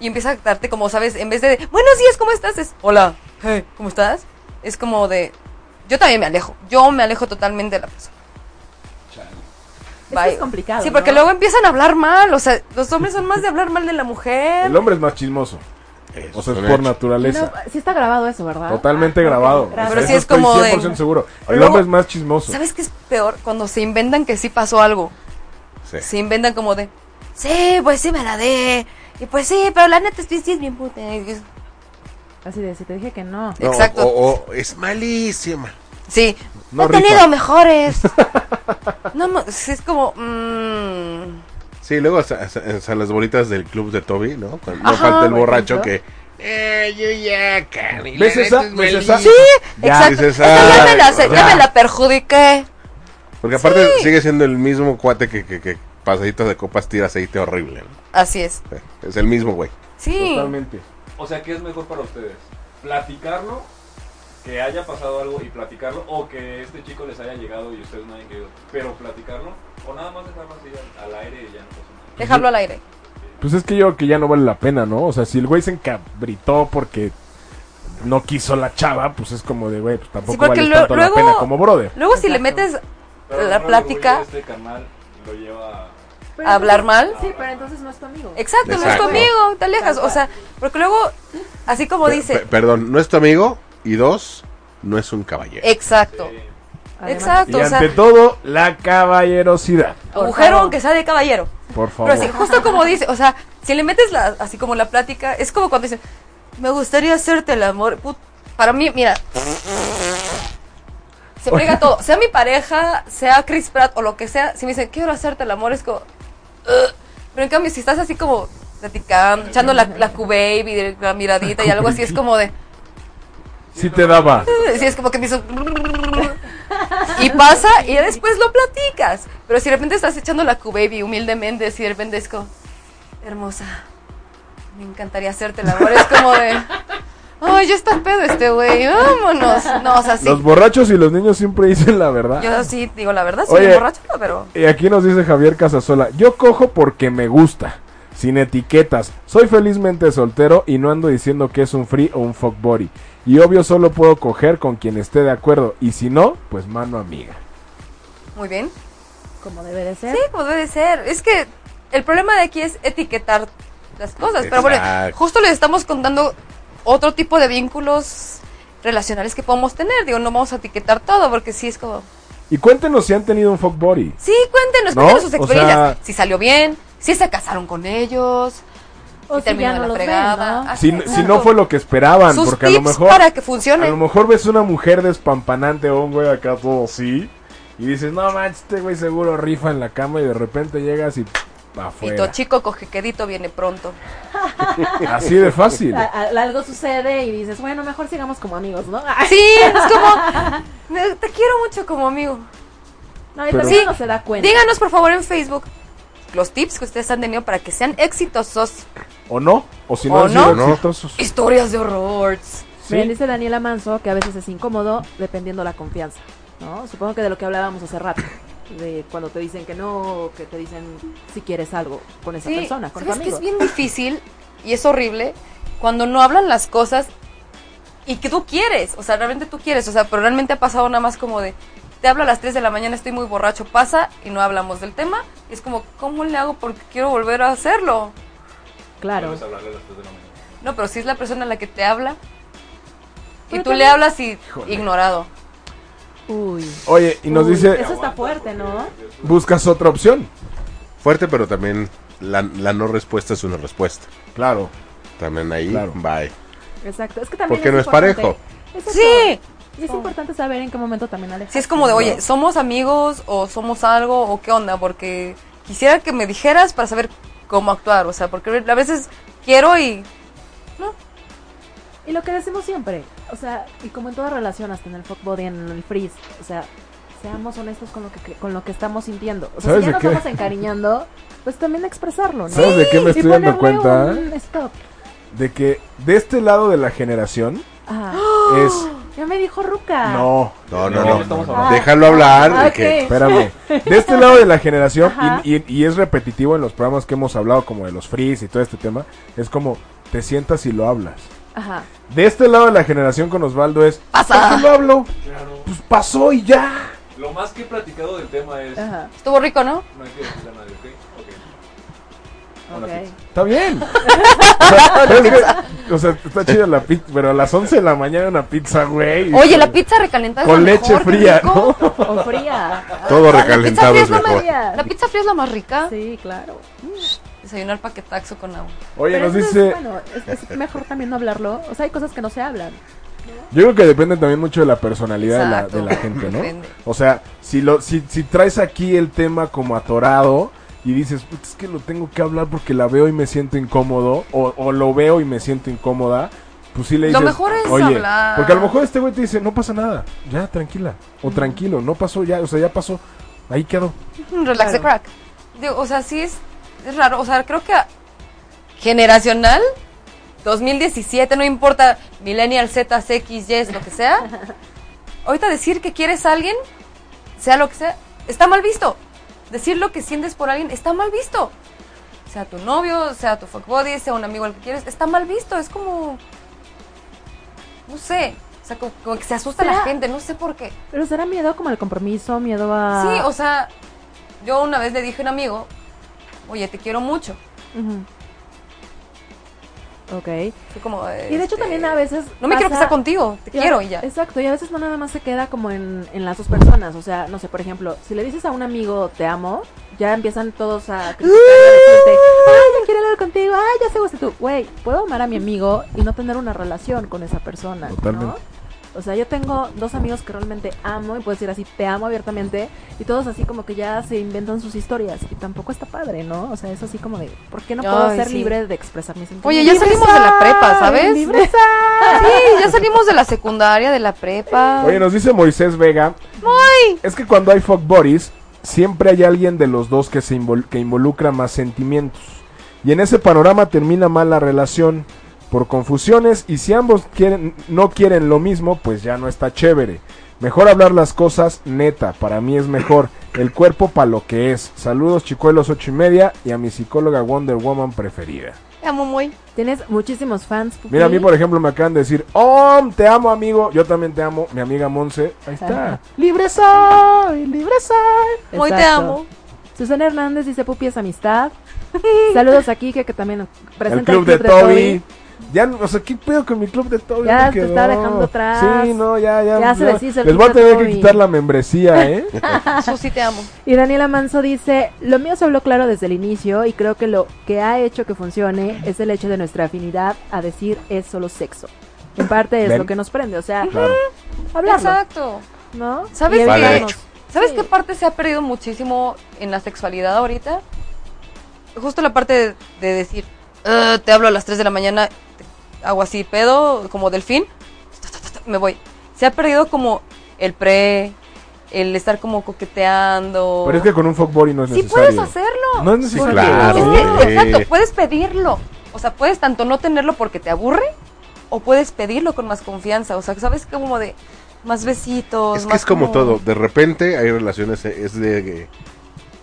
Y empieza a tratarte como, ¿sabes? En vez de, buenos días, ¿cómo estás? Es, hola, hey, ¿cómo estás? Es como de. Yo también me alejo. Yo me alejo totalmente de la persona. que Bye. es complicado, Sí, porque ¿no? luego empiezan a hablar mal. O sea, los hombres son más de hablar mal de la mujer. El hombre es más chismoso. O sea, es un por hecho. naturaleza. No, sí está grabado eso, ¿verdad? Totalmente Ah, ok, grabado. gracias. Pero sí Eso es como de- Estoy 100% seguro. El Luego- hombre es más chismoso. ¿Sabes qué es peor? Cuando se inventan que sí pasó algo. Sí. Se inventan como de, sí, pues sí me la dé. Y pues sí, pero la neta es que sí es bien puta. Y es- Así de, si te dije que no. No, Exacto. O, o- es malísima. Sí, No no he rifa. tenido mejores. no, mo- sí, es como, mm, Sí, luego hasta, hasta- hasta las bolitas del club de Toby, ¿no? Cuando- no Ajá, falta el por borracho ejemplo. que. Eh, yo ya, Cari, la ¿Ves neta esa? es ¿Ves esa? malísima. sí, Ya, exacto. dices, Esta ya, "Ay, me la, se- ya ya". me la perjudiqué. Porque aparte sigue siendo el mismo cuate que, que, que pasaditas de copas tira aceite horrible. ¿no? Así es. Sí, Es el mismo, güey. Sí. Totalmente. O sea, ¿qué es mejor para ustedes? ¿Platicarlo? Que haya pasado algo y platicarlo, o que este chico les haya llegado y ustedes no hayan querido, pero platicarlo, o nada más dejarlo así al, al aire y ya no pasa nada. Dejarlo al aire. Pues es que yo creo que ya no vale la pena, ¿no? O sea, si el güey se encabritó porque no quiso la chava, pues es como de, güey, pues tampoco porque vale lo- tanto luego- la pena como brother. Luego si le Exacto. metes Pero la no, plática, Este canal lo lleva a- Pero ¿A hablar entonces- mal? Sí, pero entonces no es tu amigo. exacto, no es tu Exacto. amigo, te alejas. Tal O sea, porque luego, así como Pe- dice, pe- perdón, no es tu amigo. Y dos, no es un caballero. Eh, exacto. Además, Exacto, Y o sea, ante todo, la caballerosidad. Por agujero favor. aunque sea de caballero. Por Pero favor. así, justo como dice, o sea, si le metes la, así como la plática, es como cuando dicen, me gustaría hacerte el amor. Put- para mí, mira. Se frega todo. Sea mi pareja, sea Chris Pratt o lo que sea, si me dicen, quiero hacerte el amor, es como. "Ugh". Pero en cambio, si estás así como platicando, echando la, la Q-Baby, de la miradita y algo así, es como de. Sí te daba. Sí, es como que empiezo. Y pasa y ya después lo platicas. Pero si de repente estás echando la Q-Baby humildemente, si de repente es como, hermosa, me encantaría hacerte el amor. Es como de, ay, ya está pedo este güey, vámonos. No, o sea, sí. Los borrachos y los niños siempre dicen la verdad. Yo sí digo la verdad, soy Oye. bien borracho, pero. Y aquí nos dice Javier Casasola, yo cojo porque me gusta, sin etiquetas, soy felizmente soltero y no ando diciendo que es un free o un fuckbody. Y obvio solo puedo coger con quien esté de acuerdo, y si no, pues mano amiga. Muy bien. Como debe de ser. Sí, como debe ser. Es que el problema de aquí es etiquetar las cosas. Pero bueno, Exacto. justo les estamos contando otro tipo de vínculos relacionales que podemos tener. Digo, no vamos a etiquetar todo porque sí es como... Y cuéntenos si han tenido un fuckbody. Sí, cuéntenos, ¿No? cuéntenos sus O sea- experiencias. si salió bien, si se casaron con ellos, O si terminó en la los ven, fregada. ¿no? Así Si, es, si claro. no fue lo que esperaban, Sus porque a tips lo mejor... para que A funcione. lo mejor ves una mujer despampanante o un güey acá todo así, y dices, no manches, este güey seguro rifa en la cama, y de repente llegas y... Y tu Afuera. chico cojequedito viene pronto. Así de fácil. Ah. A- a- Algo sucede y dices, bueno, mejor sigamos como amigos, ¿no? Sí, es como... "Me- Te quiero mucho como amigo. No, y Pero- también Sí, no se da cuenta. Díganos por favor en Facebook los tips que ustedes han tenido para que sean exitosos. O no, o si no ¿O han sido no? exitosos. Historias de horror. Sí. Miren, dice Daniela Manso que a veces es incómodo dependiendo la confianza, ¿no? Supongo que de lo que hablábamos hace rato, de cuando te dicen que no, o que te dicen si quieres algo con esa Sí, persona, con tu ¿sabes que amigo. es bien difícil y es horrible cuando no hablan las cosas y que tú quieres? O sea, realmente tú quieres, o sea, pero realmente ha pasado nada más como de te hablo a las 3 de la mañana, estoy muy borracho, pasa y no hablamos del tema. Y es como, ¿cómo le hago? Porque quiero volver a hacerlo. Claro. Vuelves a hablarle a las tres de la mañana. No, pero si es la persona a la que te habla y Pero tú le también- hablas y ignorado. Uy. Oye, y nos Uy, dice, Eso está fuerte, ¿no? buscas otra opción. Fuerte, pero también la, la no respuesta es una respuesta. Claro. También ahí, Claro. bye. Exacto. Es que también. Porque es no es importante- parejo. Exacto. Sí. Y es importante saber en qué momento también alejar. Si es como de, oye, ¿somos amigos o somos algo o qué onda? Porque quisiera que me dijeras para saber cómo actuar, o sea, porque a veces quiero y... Y lo que decimos siempre, o sea, y como en toda relación, hasta en el fuckbody, en el freeze, o sea, seamos honestos con lo que, con lo que estamos sintiendo. O sea, si ¿Sabes ya de nos qué? vamos encariñando, pues también expresarlo, ¿no? ¿Sabes de qué me Y estoy dando ponerle cuenta? un stop. de que de este lado de la generación Ajá. es... Ya me dijo Ah. Ruca. No, No, No, no, no no. estamos no. hablando. Déjalo hablar. de Ah, que- ok. Espérame. De este lado de la generación, Ajá. y, y- y es repetitivo en los programas que hemos hablado, como de los frees y todo este tema, es como te sientas y lo hablas. Ajá. De este lado de la generación con Osvaldo es, Pasa. ¿por qué lo hablo? Claro. Pues pasó y ya. Lo más que he platicado del tema es. Ajá. Estuvo rico, ¿no? No hay que decirle a nadie, ¿ok? Ok. Una Ok. Está bien. O sea, pero es que- o sea, está chida la pizza, pero a las 11 de la mañana una pizza, güey. Oye, la pizza recalentada es Con la leche mejor, qué fría, rico. ¿no? O fría. Todo La recalentado pizza fría es es la mejor. Fría. La pizza fría es la más rica. Sí, claro. Desayunar paquetaxo con agua. Oye, Pero nos eso es dice, bueno, es, es mejor también no hablarlo. O sea, hay cosas que no se hablan. yo creo que depende también mucho de la personalidad de la, Exacto. de la gente, ¿no? Depende. O sea, si, lo, si, si traes aquí el tema como atorado y dices, "Puta, es que lo tengo que hablar porque la veo y me siento incómodo, o, o lo veo y me siento incómoda, pues sí le Lo dices, mejor es "Oye", hablar. Porque a lo mejor este güey te dice, no pasa nada, ya, tranquila, o tranquilo, no pasó ya, o sea, ya pasó, ahí quedó. Mm, Relax the Claro. crack. Digo, o sea, sí es, es raro. O sea, creo que a- generacional, 2017, no importa, millennial, Z, X, Y, es lo que sea. Ahorita decir que quieres a alguien, sea lo que sea, está mal visto. Decir lo que sientes por alguien está mal visto. Sea tu novio, sea tu fuckbody, sea un amigo al que quieres, está mal visto. Es como. No sé. O sea, como, como que se asusta la Sea- gente, no sé por qué. Pero será miedo como al compromiso, miedo a. Sí, o sea, yo una vez le dije a un amigo, oye, te quiero mucho. Ujú. Ok. Fue como, Y de hecho este, también a veces. No me quiero pasa- casar contigo, te Ya, quiero y ya. Exacto, y a veces no nada más se queda como en, en las dos personas. O sea, no sé, por ejemplo, si le dices a un amigo te amo, ya empiezan todos a criticar y a decirte, ay, ya quiero hablar contigo, ay, ya se gusta tú. Güey, puedo amar a mi amigo y no tener una relación con esa persona. ¿no? Totalmente. O sea, yo tengo dos amigos que realmente amo y puedo decir así, te amo abiertamente, y todos así como que ya se inventan sus historias, y tampoco está padre, ¿no? O sea, es así como de, ¿por qué no puedo Ay, ser sí. libre de expresar mis sentimientos? Oye, ya salimos de la prepa, ¿sabes? ¡Libreza! Ah. Ah, Sí, ya salimos de la secundaria, de la prepa. Oye, nos dice Moisés Vega, es que cuando hay fuck buddies, siempre hay alguien de los dos que, se invol- que involucra más sentimientos. Y en ese panorama termina mal la relación por confusiones y si ambos quieren, no quieren lo mismo, pues ya no está chévere. Mejor hablar las cosas neta, para mí es mejor. El cuerpo para lo que es. Saludos chicuelos ocho y media y a mi psicóloga Wonder Woman preferida. Te amo muy. Tienes muchísimos fans. Pupi. Mira, a mí por ejemplo me acaban de decir, oh, te amo amigo, yo también te amo, mi amiga Monse, ahí está. Libre soy, libre soy. Muy te Exacto. amo. Susana Hernández dice Pupi es amistad. Saludos aquí que, que también presenta el club de, Toby. Ya, no- o sea, ¿qué pedo con mi club de Toby? Ya ¿Dónde te quedó? está dejando atrás. Sí, no, ya, ya. Ya se deshizo el Les club voy a de tener que Toby. quitar la membresía, ¿eh? Susi, te amo. Y Daniela Manso dice, lo mío se habló claro desde el inicio y creo que lo que ha hecho que funcione es el hecho de nuestra afinidad a decir es solo sexo. En parte es Ven. lo que nos prende, o sea, claro. hablarlo, Exacto. ¿no? ¿Sabes Y qué? evitarnos. ¿Sabes Sí. qué parte se ha perdido muchísimo en la sexualidad ahorita? Justo la parte de, de decir, "Ah, te hablo a las 3 de la mañana, te- hago así pedo, como delfín, ta, ta, ta, ta, me voy. Se ha perdido como el pre, el estar como coqueteando. Pero es que con un fuckboy no es sí necesario. puedes hacerlo. No es necesario. claro. Es que, Sí. exacto, puedes pedirlo. O sea, puedes tanto no tenerlo porque te aburre, o puedes pedirlo con más confianza. O sea, sabes como de más besitos. Es que más es como todo. De repente hay relaciones, eh, es de que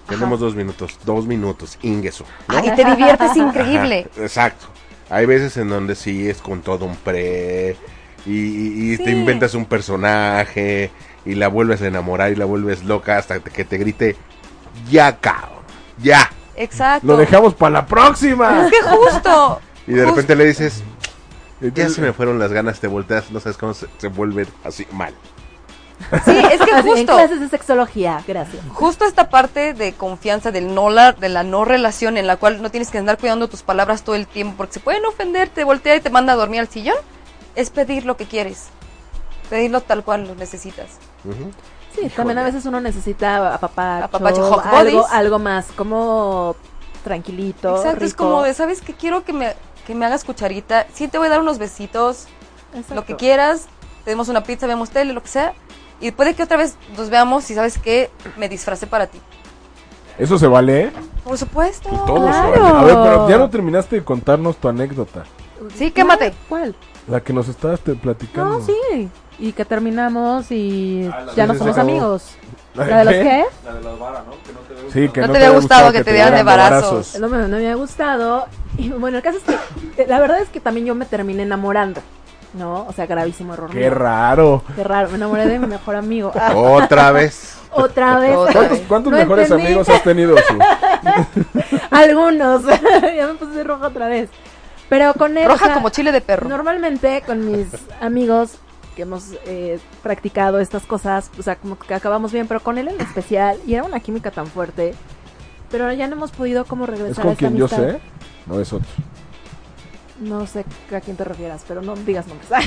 tenemos dos minutos, dos minutos, ingueso. Ah, y te diviertes increíble. Exacto. Hay veces en donde sí es con todo un pre y, y- y te Sí. inventas un personaje y la vuelves a enamorar y la vuelves loca hasta que te grite ya cabrón, ya. Exacto. Lo dejamos para la próxima. Es que justo. Y de Justo. repente le dices ya se me fueron las ganas, te volteas, no sabes cómo se, se vuelve así mal. Sí, es que Así, En justo. clases de sexología, gracias. Justo esta parte de confianza del no la, de la no relación en la cual no tienes que andar cuidando tus palabras todo el tiempo porque se pueden ofender, te voltea y te manda a dormir al sillón, es pedir lo que quieres. Pedirlo tal cual lo necesitas. Ujú. Sí, también a veces uno necesita apapacho, Apapacho, hot algo, bodies. algo más como tranquilito, Exacto, es rico. como de, ¿sabes que Quiero que me, que me hagas cucharita. Sí, te voy a dar unos besitos, Exacto. lo que quieras. Tenemos una pizza, vemos tele, lo que sea. Y puede que otra vez nos veamos y sabes que me disfracé para ti. Eso se vale, ¿eh? Por supuesto. Todo se Claro. vale. Oh. A ver, pero ya no terminaste de contarnos tu anécdota. Sí, quémate. ¿Cuál? La que nos estabas te- platicando. No, sí. Y que terminamos y Ah, la ya de- no se somos acabó. amigos. ¿La de los ¿Eh? qué? La de las varas, ¿no? Que no te veo. Sí, que No no, te había gustado que te dieran de varazos. varazos. No me, no me había gustado. Y bueno, el caso es que eh, la verdad es que también yo me terminé enamorando. ¿No? O sea, gravísimo error. Qué mío. raro. Qué raro. Me enamoré de mi mejor amigo. Ah, Otra vez. otra vez. Otra ¿Cuántos, vez. cuántos No mejores entendí. amigos has tenido? Su? Algunos. ya me puse roja otra vez. Pero con él. o Roja sea, como chile de perro. Normalmente con mis amigos que hemos eh, practicado estas cosas, o sea, como que acabamos bien, pero con él en especial, y era una química tan fuerte, pero ya no hemos podido como regresar ¿Es a con Pues esta quien yo amistad. sé? No es otro. No sé a quién te refieras, pero no digas nombres.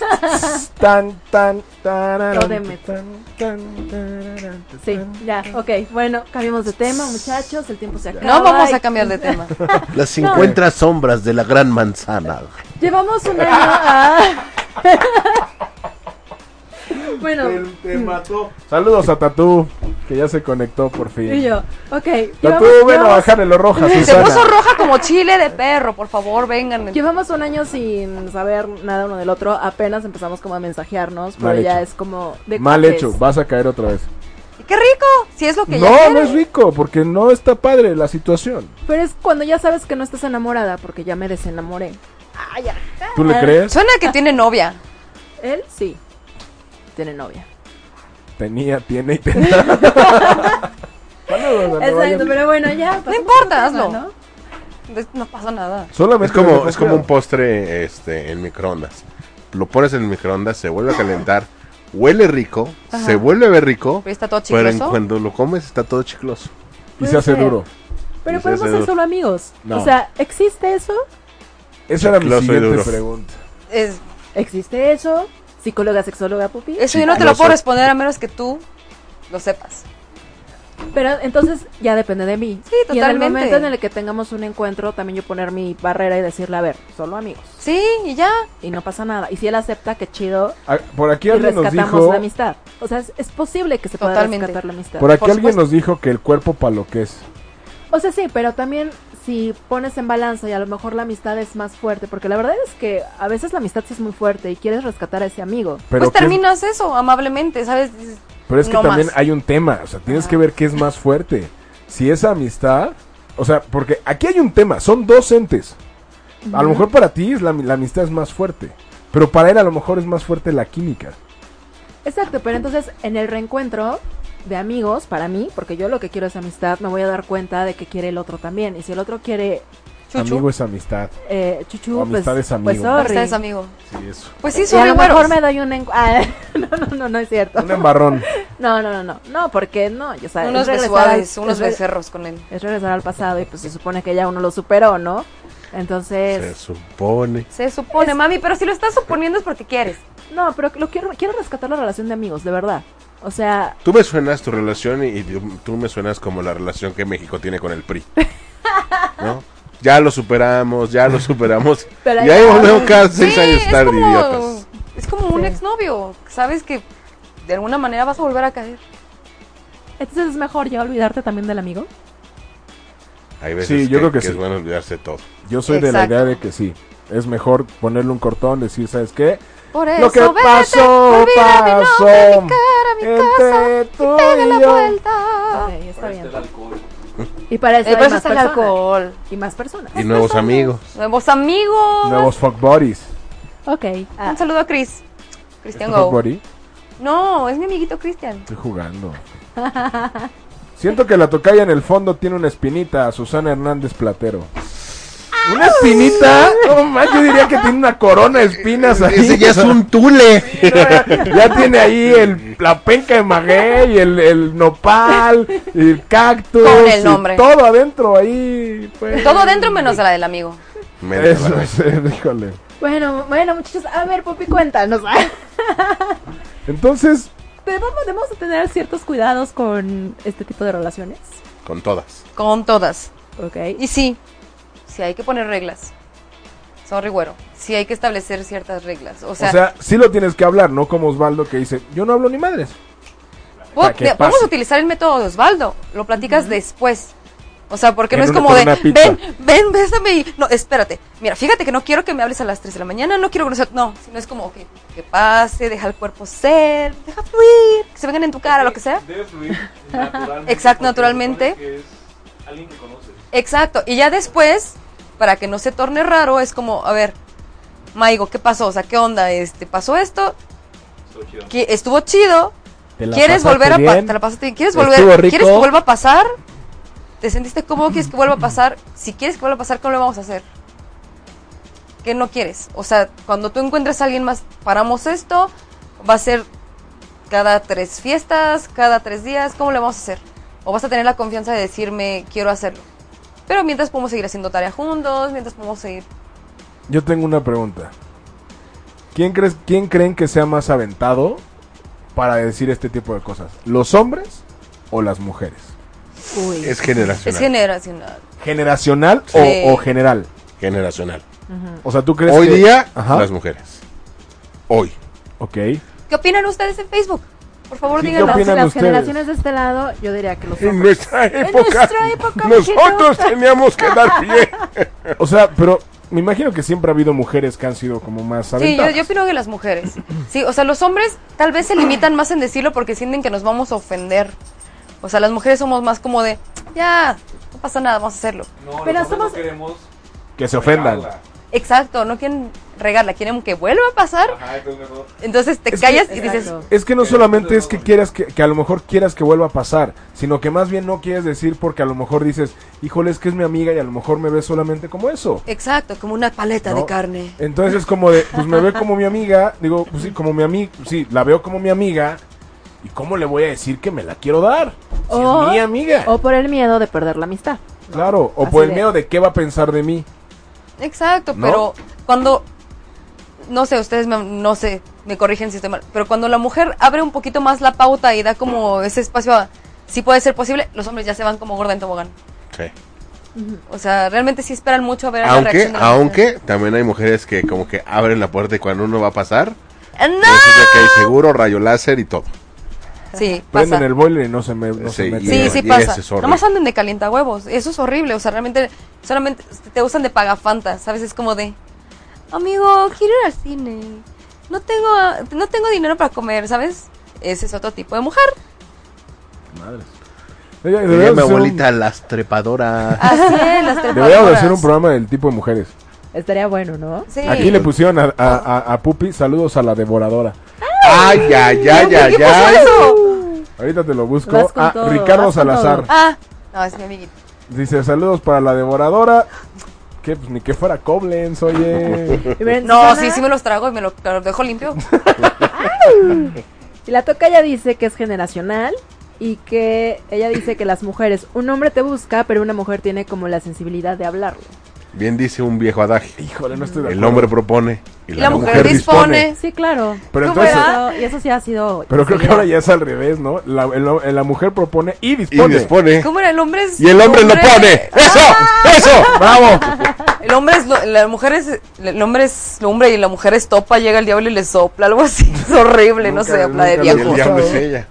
Ah, Tan, tan, tararán, Jodeme. tan, tan, tararán, sí, tan. ya, ok, bueno, cambiamos de tema, muchachos, el tiempo se acaba. No vamos a y- cambiar de tema. Las 50 sombras de la gran manzana. Llevamos un año a- bueno, mató. Saludos a Tatú, que ya se conectó por fin. y yo, ok, Tatú, llevamos- ven a llevamos- bajarle lo roja, Se Susana. puso roja como chile de perro, por favor, vengan. Llevamos un año sin saber nada uno del otro, apenas empezamos como a mensajearnos, pero Mal ya hecho. es como de Mal cuates. hecho, vas a caer otra vez. Y ¡Qué rico! Si es lo pues. que No, no es rico, porque no está padre la situación. Pero es cuando ya sabes que no estás enamorada, porque ya me desenamoré. ¿Tú Ah. le crees? Suena que tiene novia. Él sí. Tiene novia. Tenía, tiene y tendrá. Saludos a Nueva Exacto, York. pero bueno, ya. pasemos importa, al tema, hazlo. Des- Pues, No pasa nada. Solamente Es como, me es como refiero. un postre este, en microondas. Lo pones en el microondas, se vuelve a calentar, huele rico, Ajá. se vuelve a ver rico, Pero está todo pero en chicloso. cuando lo comes está todo chicloso. Y se hace Puede ser. duro. Pero Sí, podemos sí, ser sí. solo amigos. No. O sea, ¿existe eso? Esa era mi Chicloso y siguiente duro. pregunta. Es- ¿Existe eso? Psicóloga, sexóloga, pupi. eso yo no te lo Chicloso. puedo responder a menos que tú lo sepas. Pero entonces ya depende de mí. Sí, Y en el totalmente. momento en el que tengamos un encuentro, también yo poner mi barrera y decirle, a ver, solo amigos. Sí, y ya. Y no pasa nada. Y si él acepta, qué chido. Ah, Por aquí Y alguien nos rescatamos dijo. la amistad. O sea, es, es posible que se pueda Totalmente. rescatar la amistad. Por aquí Por alguien supuesto. nos dijo que el cuerpo para lo que es. O sea, sí, pero también si pones en balanza y a lo mejor la amistad es más fuerte, porque la verdad es que a veces la amistad sí es muy fuerte y quieres rescatar a ese amigo. Pero, pues que- terminas eso amablemente, ¿sabes? Dices, pero es que no también más. hay un tema. O sea, tienes Ah. que ver qué es más fuerte. Si es amistad. O sea, porque aquí hay un tema. Son dos entes. A lo mejor para ti es la, la amistad es más fuerte. Pero para él a lo mejor es más fuerte la química. Exacto, pero entonces en el reencuentro de amigos, para mí, porque yo lo que quiero es amistad, me voy a dar cuenta de que quiere el otro también. Y si el otro quiere Chuchu. Amigo es amistad. eh, O chuchu, pues, amistad es amigo. pues sorry. Ustedes, amigo. Sí, eso. Pues sí, Y a son lo mejor güeros. me doy un... encu- Ah, no, no, no, no es cierto. Un embarrón. No, no, no, no, no, porque no, yo sabes. Unos es regresar al- besuades, unos es re- becerros con él. Es regresar al pasado y pues se supone que ya uno lo superó, ¿no? Entonces... Se supone. Se supone, mami, pero si lo estás suponiendo es porque quieres. No, pero lo quiero, quiero rescatar la relación de amigos, de verdad. O sea, Tú me suenas tu relación y, y tú me suenas como la relación que México tiene con el PRI. ¿No? Ya lo superamos, ya lo superamos. Pero y ahí ahí va. volvemos cada seis Sí, años es tarde, como- idiotas. Es como un Sí. exnovio. Sabes que de alguna manera vas a volver a caer. entonces es mejor ya olvidarte también del amigo. Hay veces Sí, yo creo que es sí. bueno olvidarse de todo. Yo soy de la Exacto. idea de que sí. Es mejor ponerle un cortón, decir, ¿sabes qué? Por eso, Lo que vete, pasó, olvida mi pasó. nombre, mi cara, mi casa. Entre tú Pega la y yo. vuelta. Ok, está Ahí está bien. el alcohol. Y para eso Eh, hay por eso más está el personas. alcohol. Y más personas. Pues Y nuevos amigos. Nuevos amigos. Nuevos fuck buddies. Ok. ah, Un saludo a Chris. Cristian Fuck Go. buddy. No, es mi amiguito Cristian. Estoy jugando. Siento que la tocaya en el fondo tiene una espinita, Susana Hernández Platero. ¿Una espinita? No más, yo diría que tiene una corona de espinas ahí. Ese ya es un tule. Ya tiene ahí el, la penca de maguey, el, el nopal, el cactus. Con el y nombre. todo adentro ahí. pues. Todo dentro menos la del amigo. Menta, Eso vale. es, eh, híjole. Bueno, bueno, muchachos, a ver, Pupi, cuéntanos. Entonces, ¿Debemos, debemos de tener ciertos cuidados con este tipo de relaciones. Con todas. Con todas. Ok. Y sí, sí hay que poner reglas. Son rigüero. Sí hay que establecer ciertas reglas. O o sea, sea, sí lo tienes que hablar, ¿no? Como Osvaldo que dice, yo no hablo ni madres. po- para que de- vamos pase. a utilizar el método de Osvaldo. Lo platicas después. O sea, porque no En es una- como de, con una pizza. ven, ven, bésame y, no, espérate, mira, fíjate que no quiero que me hables a las 3 de la mañana, no quiero conocer, no, sino es como, ok, que pase, deja el cuerpo ser, deja fluir, que se vengan en tu cara, lo que sea. Debe fluir naturalmente. Exacto, porque naturalmente. supone que es alguien que conoces. Exacto, y ya después, para que no se torne raro, es como, a ver, Maigo, ¿qué pasó? O sea, ¿qué onda? Este, pasó esto, Estoy chido. que estuvo chido, ¿Te la ¿Quieres pasaste volver a pa- bien? te la pasaste bien? ¿Quieres Estuvo volver? rico. ¿Quieres que vuelva a pasar? ¿Te sentiste cómodo? ¿Quieres que vuelva a pasar? Si quieres que vuelva a pasar, ¿cómo lo vamos a hacer? ¿Qué no quieres? O sea, cuando tú encuentras a alguien más, paramos esto, va a ser cada tres fiestas, cada tres días, ¿cómo le vamos a hacer? O vas a tener la confianza de decirme, quiero hacerlo. Pero mientras podemos seguir haciendo tarea juntos, mientras podemos seguir... Yo tengo una pregunta. ¿Quién, crees, ¿Quién creen que sea más aventado para decir este tipo de cosas? ¿Los hombres o las mujeres? Uy. Es generacional. Es generacional. ¿Generacional o- Sí. Mm. o, general? generacional. O sea, ¿tú crees Hoy que- día, Ajá. las mujeres. Hoy. Ok. ¿Qué opinan ustedes en Facebook? Por favor, Sí, ¿qué díganos. opinan? las ustedes? generaciones de este lado, yo diría que los En hombres. nuestra época, nuestra época, nosotros teníamos que dar pie. O sea, pero me imagino que siempre ha habido mujeres que han sido como más Sí, yo, aventadas. yo opino que las mujeres. Sí, o sea, los hombres tal vez se limitan más en decirlo porque sienten que nos vamos a ofender. O sea, las mujeres somos más como de, ya, no pasa nada, vamos a hacerlo. No, Pero Pero los hombres somos- no queremos Que se ofendan. regarla. Exacto, no quieren regarla, quieren que vuelva a pasar. Ajá, entonces mejor. Entonces te Es que- callas y dices, Exacto. Es que no Que solamente Eh, es entonces no que volvió. quieras que, que a lo mejor quieras que vuelva a pasar, sino que más bien no quieres decir porque a lo mejor dices, híjole, es que es mi amiga y a lo mejor me ve solamente como eso. exacto, como una paleta ¿no? de carne. Entonces es como de, pues me ve como mi amiga, digo, pues sí, como mi amiga, sí, la veo como mi amiga, ¿y cómo le voy a decir que me la quiero dar? Si O- es mi amiga. O por el miedo de perder la amistad. claro, o Oh. así por el de- miedo de qué va a pensar de mí. Exacto, ¿No? pero cuando, no sé, ustedes me- no sé, me corrigen si estoy mal, pero cuando la mujer abre un poquito más la pauta y da como ese espacio a, si puede ser posible, los hombres ya se van como gorda en tobogán. Sí. O sea, realmente sí esperan mucho a ver la Aunque, reacción de la mujer. aunque también hay mujeres que como que abren la puerta y cuando uno va a pasar, ¡Ah, entonces ya que hay ¡No! seguro, rayo láser y todo. Sí, pasa. Prenden el boiler y no se me no se Sí, meten. y- Sí, sí ese pasa. es horrible. Nomás anden de calientahuevos. Eso es horrible. O sea, realmente solamente te usan de pagafanta. ¿Sabes? Es como de, amigo, quiero ir al cine. No tengo, no tengo dinero para comer, ¿sabes? Ese es otro tipo de mujer. Oye, Diría deberíamos mi hacer un- abuelita, las trepadoras. Así es, las Deberíamos trepadoras. hacer un programa del tipo de mujeres. Estaría bueno, ¿no? Sí. Aquí le pusieron a, a- a- a Pupi saludos a la devoradora. Ay, ay, ay, ¿Por ay, qué pasó ay. eso? Ahorita te lo busco. Vas con Ah, todo, Ricardo vas con Salazar Ah, no, es mi amiguito. dice saludos para la devoradora. Que pues ni que fuera Koblenz, oye. Y miren, No, Susana- sí, sí me los trago y me lo, lo dejo limpio. Y la toca ya dice que es generacional y que ella dice que las mujeres, un hombre te busca, pero una mujer tiene como la sensibilidad de hablarlo. Bien dice un viejo adagio. Híjole, no estoy de El acuerdo. hombre propone y la, mujer, dispone. Sí, claro. Pero ¿Cómo entonces, era? Pero- y eso sí ha sido. pero creo que ahora ya es al revés, ¿no? La, el- la mujer propone y Y dispone. dispone. ¿Cómo era? El hombre Ah, es. Y el hombre lo pone. ¡Eso! Ah. ¡Eso! ¡Bravo! El hombre es. lo- la mujer es. El hombre es lumbre y la mujer es topa, llega el diablo y le sopla, algo así. Es horrible, no Nunca- sé, habla de nunca lo Y el viejo. había- diablo es ella.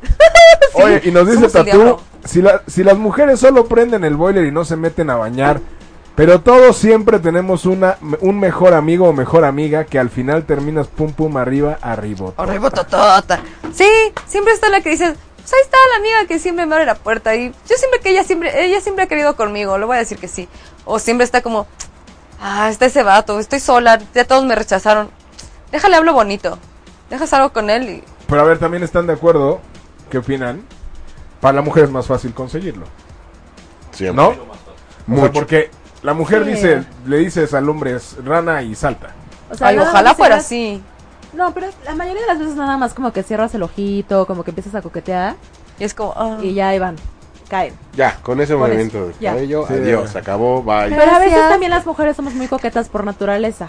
Oye, y nos dice somos el Tatú, diablo. si, la- si las mujeres solo prenden el boiler y no se meten a bañar, pero todos siempre tenemos una, un mejor amigo o mejor amiga que al final terminas pum pum arriba, arriba. Horrible, totota. Sí, siempre está la que dices. Pues ahí está la amiga que siempre me abre la puerta y yo siempre que ella siempre ella siempre ha querido conmigo, le voy a decir que sí. O siempre está como, ah, está ese vato, estoy sola, ya todos me rechazaron. Déjale hablo bonito. Dejas algo con él y Pero a ver, también están de acuerdo, ¿qué opinan? Para la mujer es más fácil conseguirlo, Siempre. ¿no? O sea, Mucho. porque la mujer Sí. dice, le dices al hombre es rana y salta. O sea, Ay, nada ojalá más fuera llegas- así. No, pero la mayoría de las veces nada más como que cierras el ojito, como que empiezas a coquetear Y es como, ah. y ya ahí van. Caen. Ya, con ese Con movimiento eso, del ya. cabello, Sí. adiós, se acabó, bye. Pero a veces Gracias. también las mujeres somos muy coquetas por naturaleza.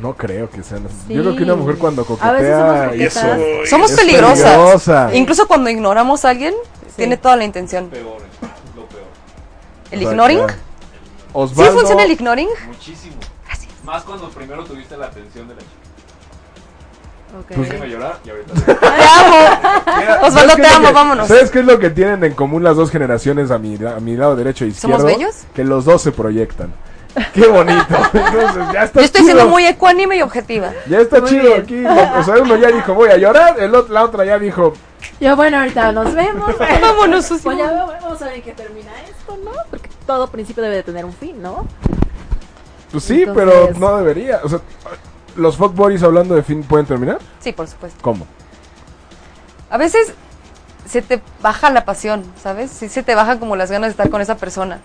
No creo que sean así. Sí. Yo creo que una mujer cuando coquetea... A veces somos y es coquetas. somos es peligrosas. peligrosa. Incluso cuando ignoramos a alguien, tiene toda la intención. Peor, es lo peor. El ignoring. ¿Sí Osvaldo- funciona el ignoring? Muchísimo. Más cuando primero tuviste la atención de la chica. Ok. Déjeme llorar y ahorita. Te amo. Osvaldo, ¿Sabes qué te es lo amo, que- vámonos. ¿Sabes qué es lo que tienen en común las dos generaciones a mi, a mi lado derecho e izquierdo? ¿Somos bellos? Que los dos se proyectan. ¡Qué bonito! Entonces, ya está Yo estoy pues, chido. siendo muy ecuánime y objetiva. Ya está Muy chido bien. aquí. O sea, uno ya dijo, voy a llorar. El otro, la otra ya dijo, Yo, bueno, ahorita nos vemos. Vámonos, Susi. Pues ya vamos a ver en qué termina esto, ¿no? Porque todo principio debe de tener un fin, ¿no? pues sí, Entonces- pero no debería. O sea, ¿los fuckboys hablando de fin pueden terminar? Sí, por supuesto. ¿Cómo? A veces se te baja la pasión, ¿sabes? Sí se te bajan como las ganas de estar con esa persona.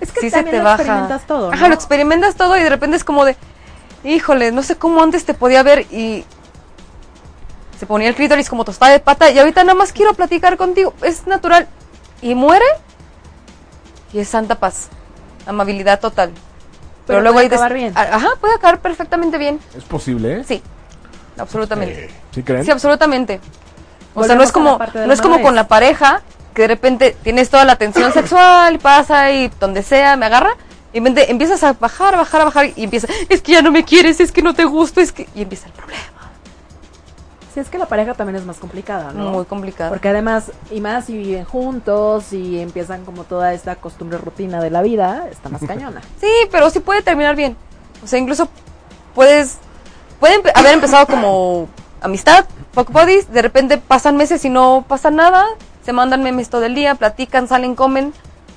Es que sí se también te lo baja. experimentas todo, ¿no? Ajá, lo experimentas todo y de repente es como de, híjole, no sé cómo antes te podía ver y se ponía el clítoris como tostada de pata y ahorita nada más quiero platicar contigo, es natural. Y muere y es santa paz, amabilidad total. Pero Pero, luego puede ahí des- acabar bien. a- Ajá, puede acabar perfectamente bien. Es posible, ¿eh? Sí, absolutamente. ¿Sí creen? Sí, absolutamente. O sea, Volvemos no es a como, la parte de no la es como madurez. con la pareja, que de repente tienes toda la atención sexual, pasa y donde sea, me agarra, y de repente empiezas a bajar, bajar, bajar, y empieza, es que ya no me quieres, es que no te gusto, es que... Y empieza el problema. Si es que la pareja también es más complicada, ¿no? Muy complicado. Porque además, y más si viven juntos y empiezan como toda esta costumbre rutina de la vida, está más cañona. Sí, pero sí puede terminar bien. O sea, incluso puedes, pueden empe- haber empezado como amistad, fuck buddies, de repente pasan meses y no pasa nada, se mandan memes todo el día, platican, salen, comen,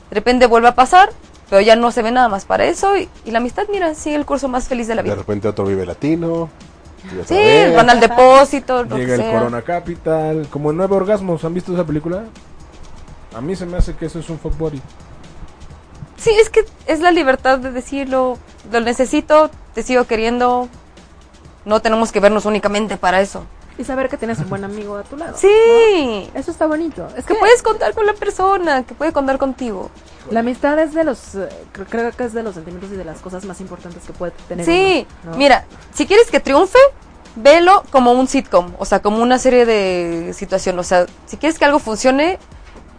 de repente vuelve a pasar, pero ya no se ve nada más para eso y, y la amistad, mira, sigue el curso más feliz de la De vida. repente otro vive latino. y otra Sí, vez. van al depósito, lo Llega el que sea. Corona Capital. Como en Nueve Orgasmos, ¿han visto esa película? A mí se me hace que eso es un fuckboy. Sí, es que es la libertad de decirlo, lo necesito, te sigo queriendo, no tenemos que vernos únicamente para eso. Y saber que tienes un buen amigo a tu lado. Sí. Eso está bonito. Es Que que puedes contar con la persona, que puede contar contigo. la amistad es de los, eh, cre- creo que es de los sentimientos y de las cosas más importantes que puede tener. Sí, uno, ¿no? mira, si quieres que triunfe, velo como un sitcom, o sea, como una serie de situación. O sea, si quieres que algo funcione,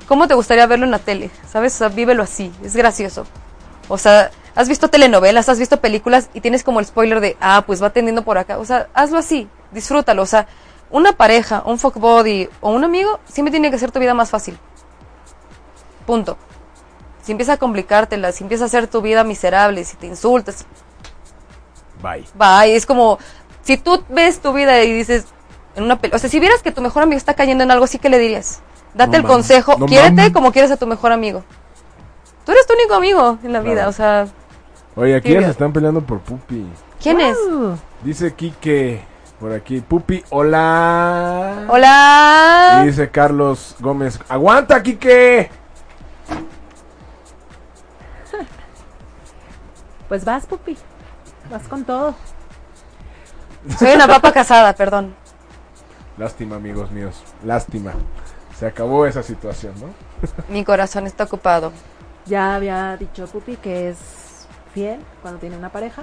¿cómo te gustaría verlo en la tele? ¿Sabes? O sea, vívelo así, es gracioso. O sea, has visto telenovelas, has visto películas y tienes como el spoiler de, ah, pues va tendiendo por acá. O sea, hazlo así, disfrútalo. O sea, una pareja, un fuckbody o un amigo siempre tiene que hacer tu vida más fácil. Punto. Si empieza a complicártela, si empieza a hacer tu vida miserable, si te insultas, Bye. Bye, es como si tú ves tu vida y dices en una pel- o sea, si vieras que tu mejor amigo está cayendo en algo, sí que le dirías. Date No el mames, consejo, no quiérete mames. como quieres a tu mejor amigo. Tú eres tu único amigo en la Claro. vida, o sea, Oye, aquí Sí, ya se yo- están peleando por Pupi. ¿quién es? Uh, Dice Quique, por aquí, Pupi, hola. Hola. Y dice Carlos Gómez, aguanta, Quique. Pues vas, pupi. Vas con todo. Soy una papa casada, perdón. Lástima, amigos míos, lástima. Se acabó esa situación, ¿no? Mi corazón está ocupado. Ya había dicho Pupi que es fiel cuando tiene una pareja.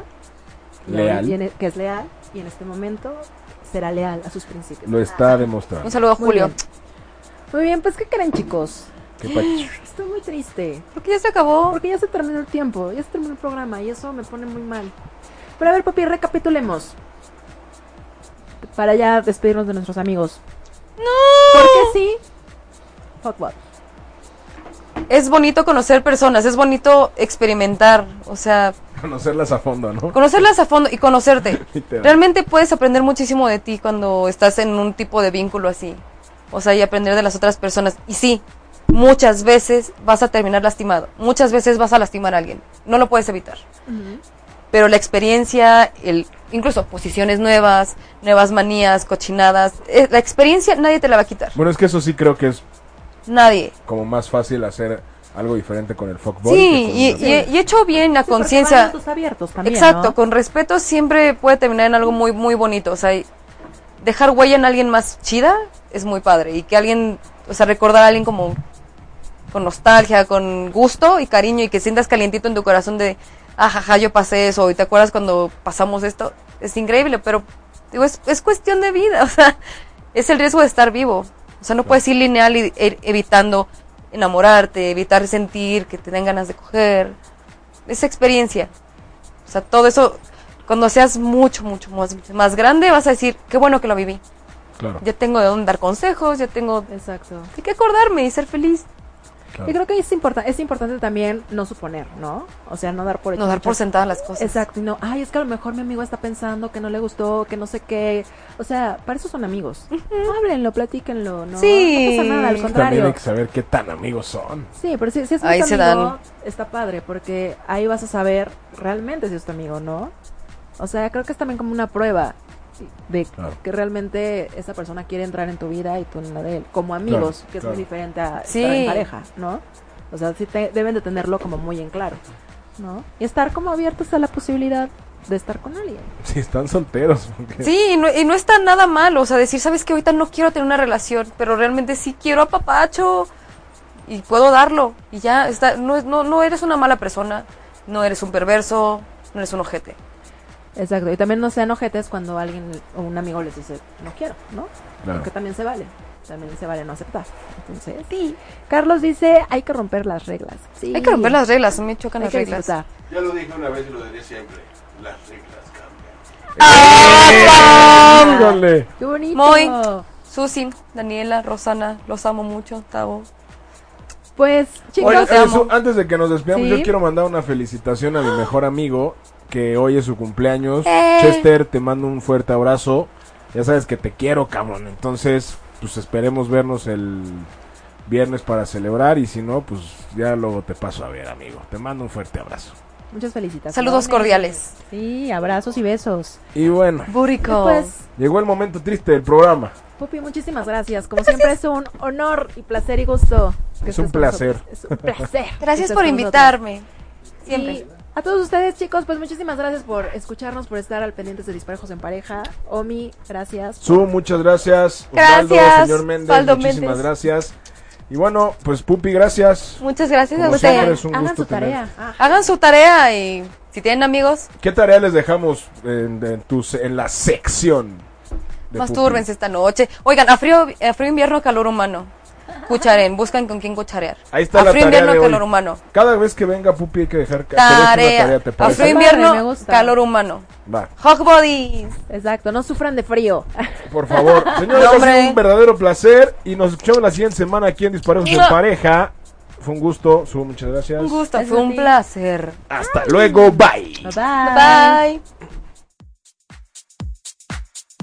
Y ahora Leal. viene- que es leal. Y en este momento será leal a sus principios. Lo está Un demostrando. saludo a Muy Julio. bien. Muy bien, pues ¿qué creen chicos? Qué pacho. Estoy muy triste. Porque ya se acabó. Porque ya se terminó el tiempo, ya se terminó el programa y eso me pone muy mal. Pero a ver, papi, recapitulemos. Para ya despedirnos de nuestros amigos. ¡No! ¿Por qué sí? Fuckbot. Es bonito conocer personas, es bonito experimentar, o sea, Conocerlas a fondo, ¿no? conocerlas a fondo y conocerte. Literal. Realmente puedes aprender muchísimo de ti cuando estás en un tipo de vínculo así. O sea, y aprender de las otras personas. Y sí, muchas veces vas a terminar lastimado. Muchas veces vas a lastimar a alguien. No lo puedes evitar. Pero la experiencia, el, incluso posiciones nuevas, nuevas manías, cochinadas. eh, la experiencia nadie te la va a quitar. Bueno, es que eso sí creo que es Nadie. como más fácil hacer algo diferente con el fuckboy. que Sí, con y, el- y- y hecho bien a Sí, porque van conciencia. datos abiertos también, Exacto, ¿no? con respeto siempre puede terminar en algo muy, muy bonito. O sea, y dejar huella en alguien más chida es muy padre. Y que alguien, o sea, recordar a alguien como con nostalgia, con gusto y cariño y que sientas calientito en tu corazón de, ajaja, yo pasé eso, y te acuerdas cuando pasamos esto, es increíble, pero digo, es, es cuestión de vida, o sea, es el riesgo de estar vivo. O sea, no puedes ir lineal y e- evitando enamorarte, evitar sentir que te den ganas de coger. Es experiencia. O sea, todo eso Cuando seas mucho, mucho más, más grande, vas a decir, qué bueno que lo viví. Claro. Ya tengo de dónde dar consejos, ya tengo Exacto. de qué acordarme y ser feliz. claro. Y creo que es, importa- es importante también no suponer, ¿no? O sea, no dar por hecho No dar por muchas sentadas las cosas. Exacto, y no, ay, es que a lo mejor mi amigo está pensando que no le gustó, que no sé qué. O sea, para eso son amigos. Háblenlo, platíquenlo, ¿no? Sí. No pasa nada, al También hay contrario. que saber qué tan amigos son. Sí, pero si, si es Ahí tu se amigo, dan. está padre, porque ahí vas a saber realmente si es tu amigo, ¿no? O sea, creo que es también como una prueba de Claro. que realmente esa persona quiere entrar en tu vida y tú en la de él, como amigos, que es claro. muy diferente a Sí. estar en pareja, ¿no? O sea, sí te- deben de tenerlo como muy en claro, ¿no? Y estar como abiertos a la posibilidad de estar con alguien. Si están solteros. porque- Sí, y no, y no está nada mal, o sea, decir, sabes que ahorita no quiero tener una relación, pero realmente sí quiero a papacho y puedo darlo. Y ya, está, no, no, no eres una mala persona, no eres un perverso, no eres un ojete. Exacto, y también no sean ojetes cuando alguien o un amigo les dice, no quiero, ¿no? Claro. Porque también se vale, también se vale no aceptar. Entonces, sí. Carlos dice, hay que romper las reglas. Sí. Hay que romper las reglas, me chocan Hay las que reglas. disfrutar. Ya lo dije una vez y lo diré siempre. Las reglas cambian. Híjole. ¡Qué bonito! Muy. Susi, Daniela, Rosana, los amo mucho, Tavo. Pues, chicos, Oye, te amo. eso, antes de que nos despidamos, Sí. yo quiero mandar una felicitación a mi mejor amigo, que hoy es su cumpleaños. Eh. Chester, te mando un fuerte abrazo. Ya sabes que te quiero, cabrón. Entonces, pues esperemos vernos el viernes para celebrar y si no, pues ya luego te paso a ver, amigo. Te mando un fuerte abrazo. muchas felicitaciones. Saludos cordiales. Sí, abrazos y besos. Y bueno, Burico. Pues, llegó el momento triste del programa. Pupi, muchísimas gracias. Como siempre, es un honor y placer y gusto. que Es estés un con placer. nosotros. Es un placer. que Gracias estés por con invitarme. Siempre. nosotros. Y a todos ustedes, chicos, pues muchísimas gracias por escucharnos, por estar al pendientes de Disparejos en Pareja. Omi, gracias. Su, muchas gracias. Gracias, señor Méndez, Osvaldo muchísimas Méndez. gracias. Y bueno, pues Pupi, gracias. Muchas gracias a Como ustedes. siempre es un Pues Hagan gusto su tarea. tener. Ah, Hagan su tarea y si tienen amigos, ¿Qué tarea les dejamos en, en tu se- en la sección? de Mastúrbense esta noche. Oigan, a frío, a frío invierno, calor humano. Cucharen, buscan con quién cucharear. Ahí está a la frío tarea invierno, de hoy. calor humano. Pupi? Cada vez que venga Pupi hay que dejar que que deje una Tarea. ¿te parece? A frío Está invierno, padre, me gusta. calor humano. Va, Hot bodies. Exacto, no sufran de frío. por favor. Señores, No, ha sido hombre. un verdadero placer y nos escuchamos la siguiente semana aquí en Disparejos en Iba. Pareja. Fue un gusto, Su, muchas gracias. Un gusto, Gracias fue a un ti. placer. Hasta luego, bye. Bye. Bye.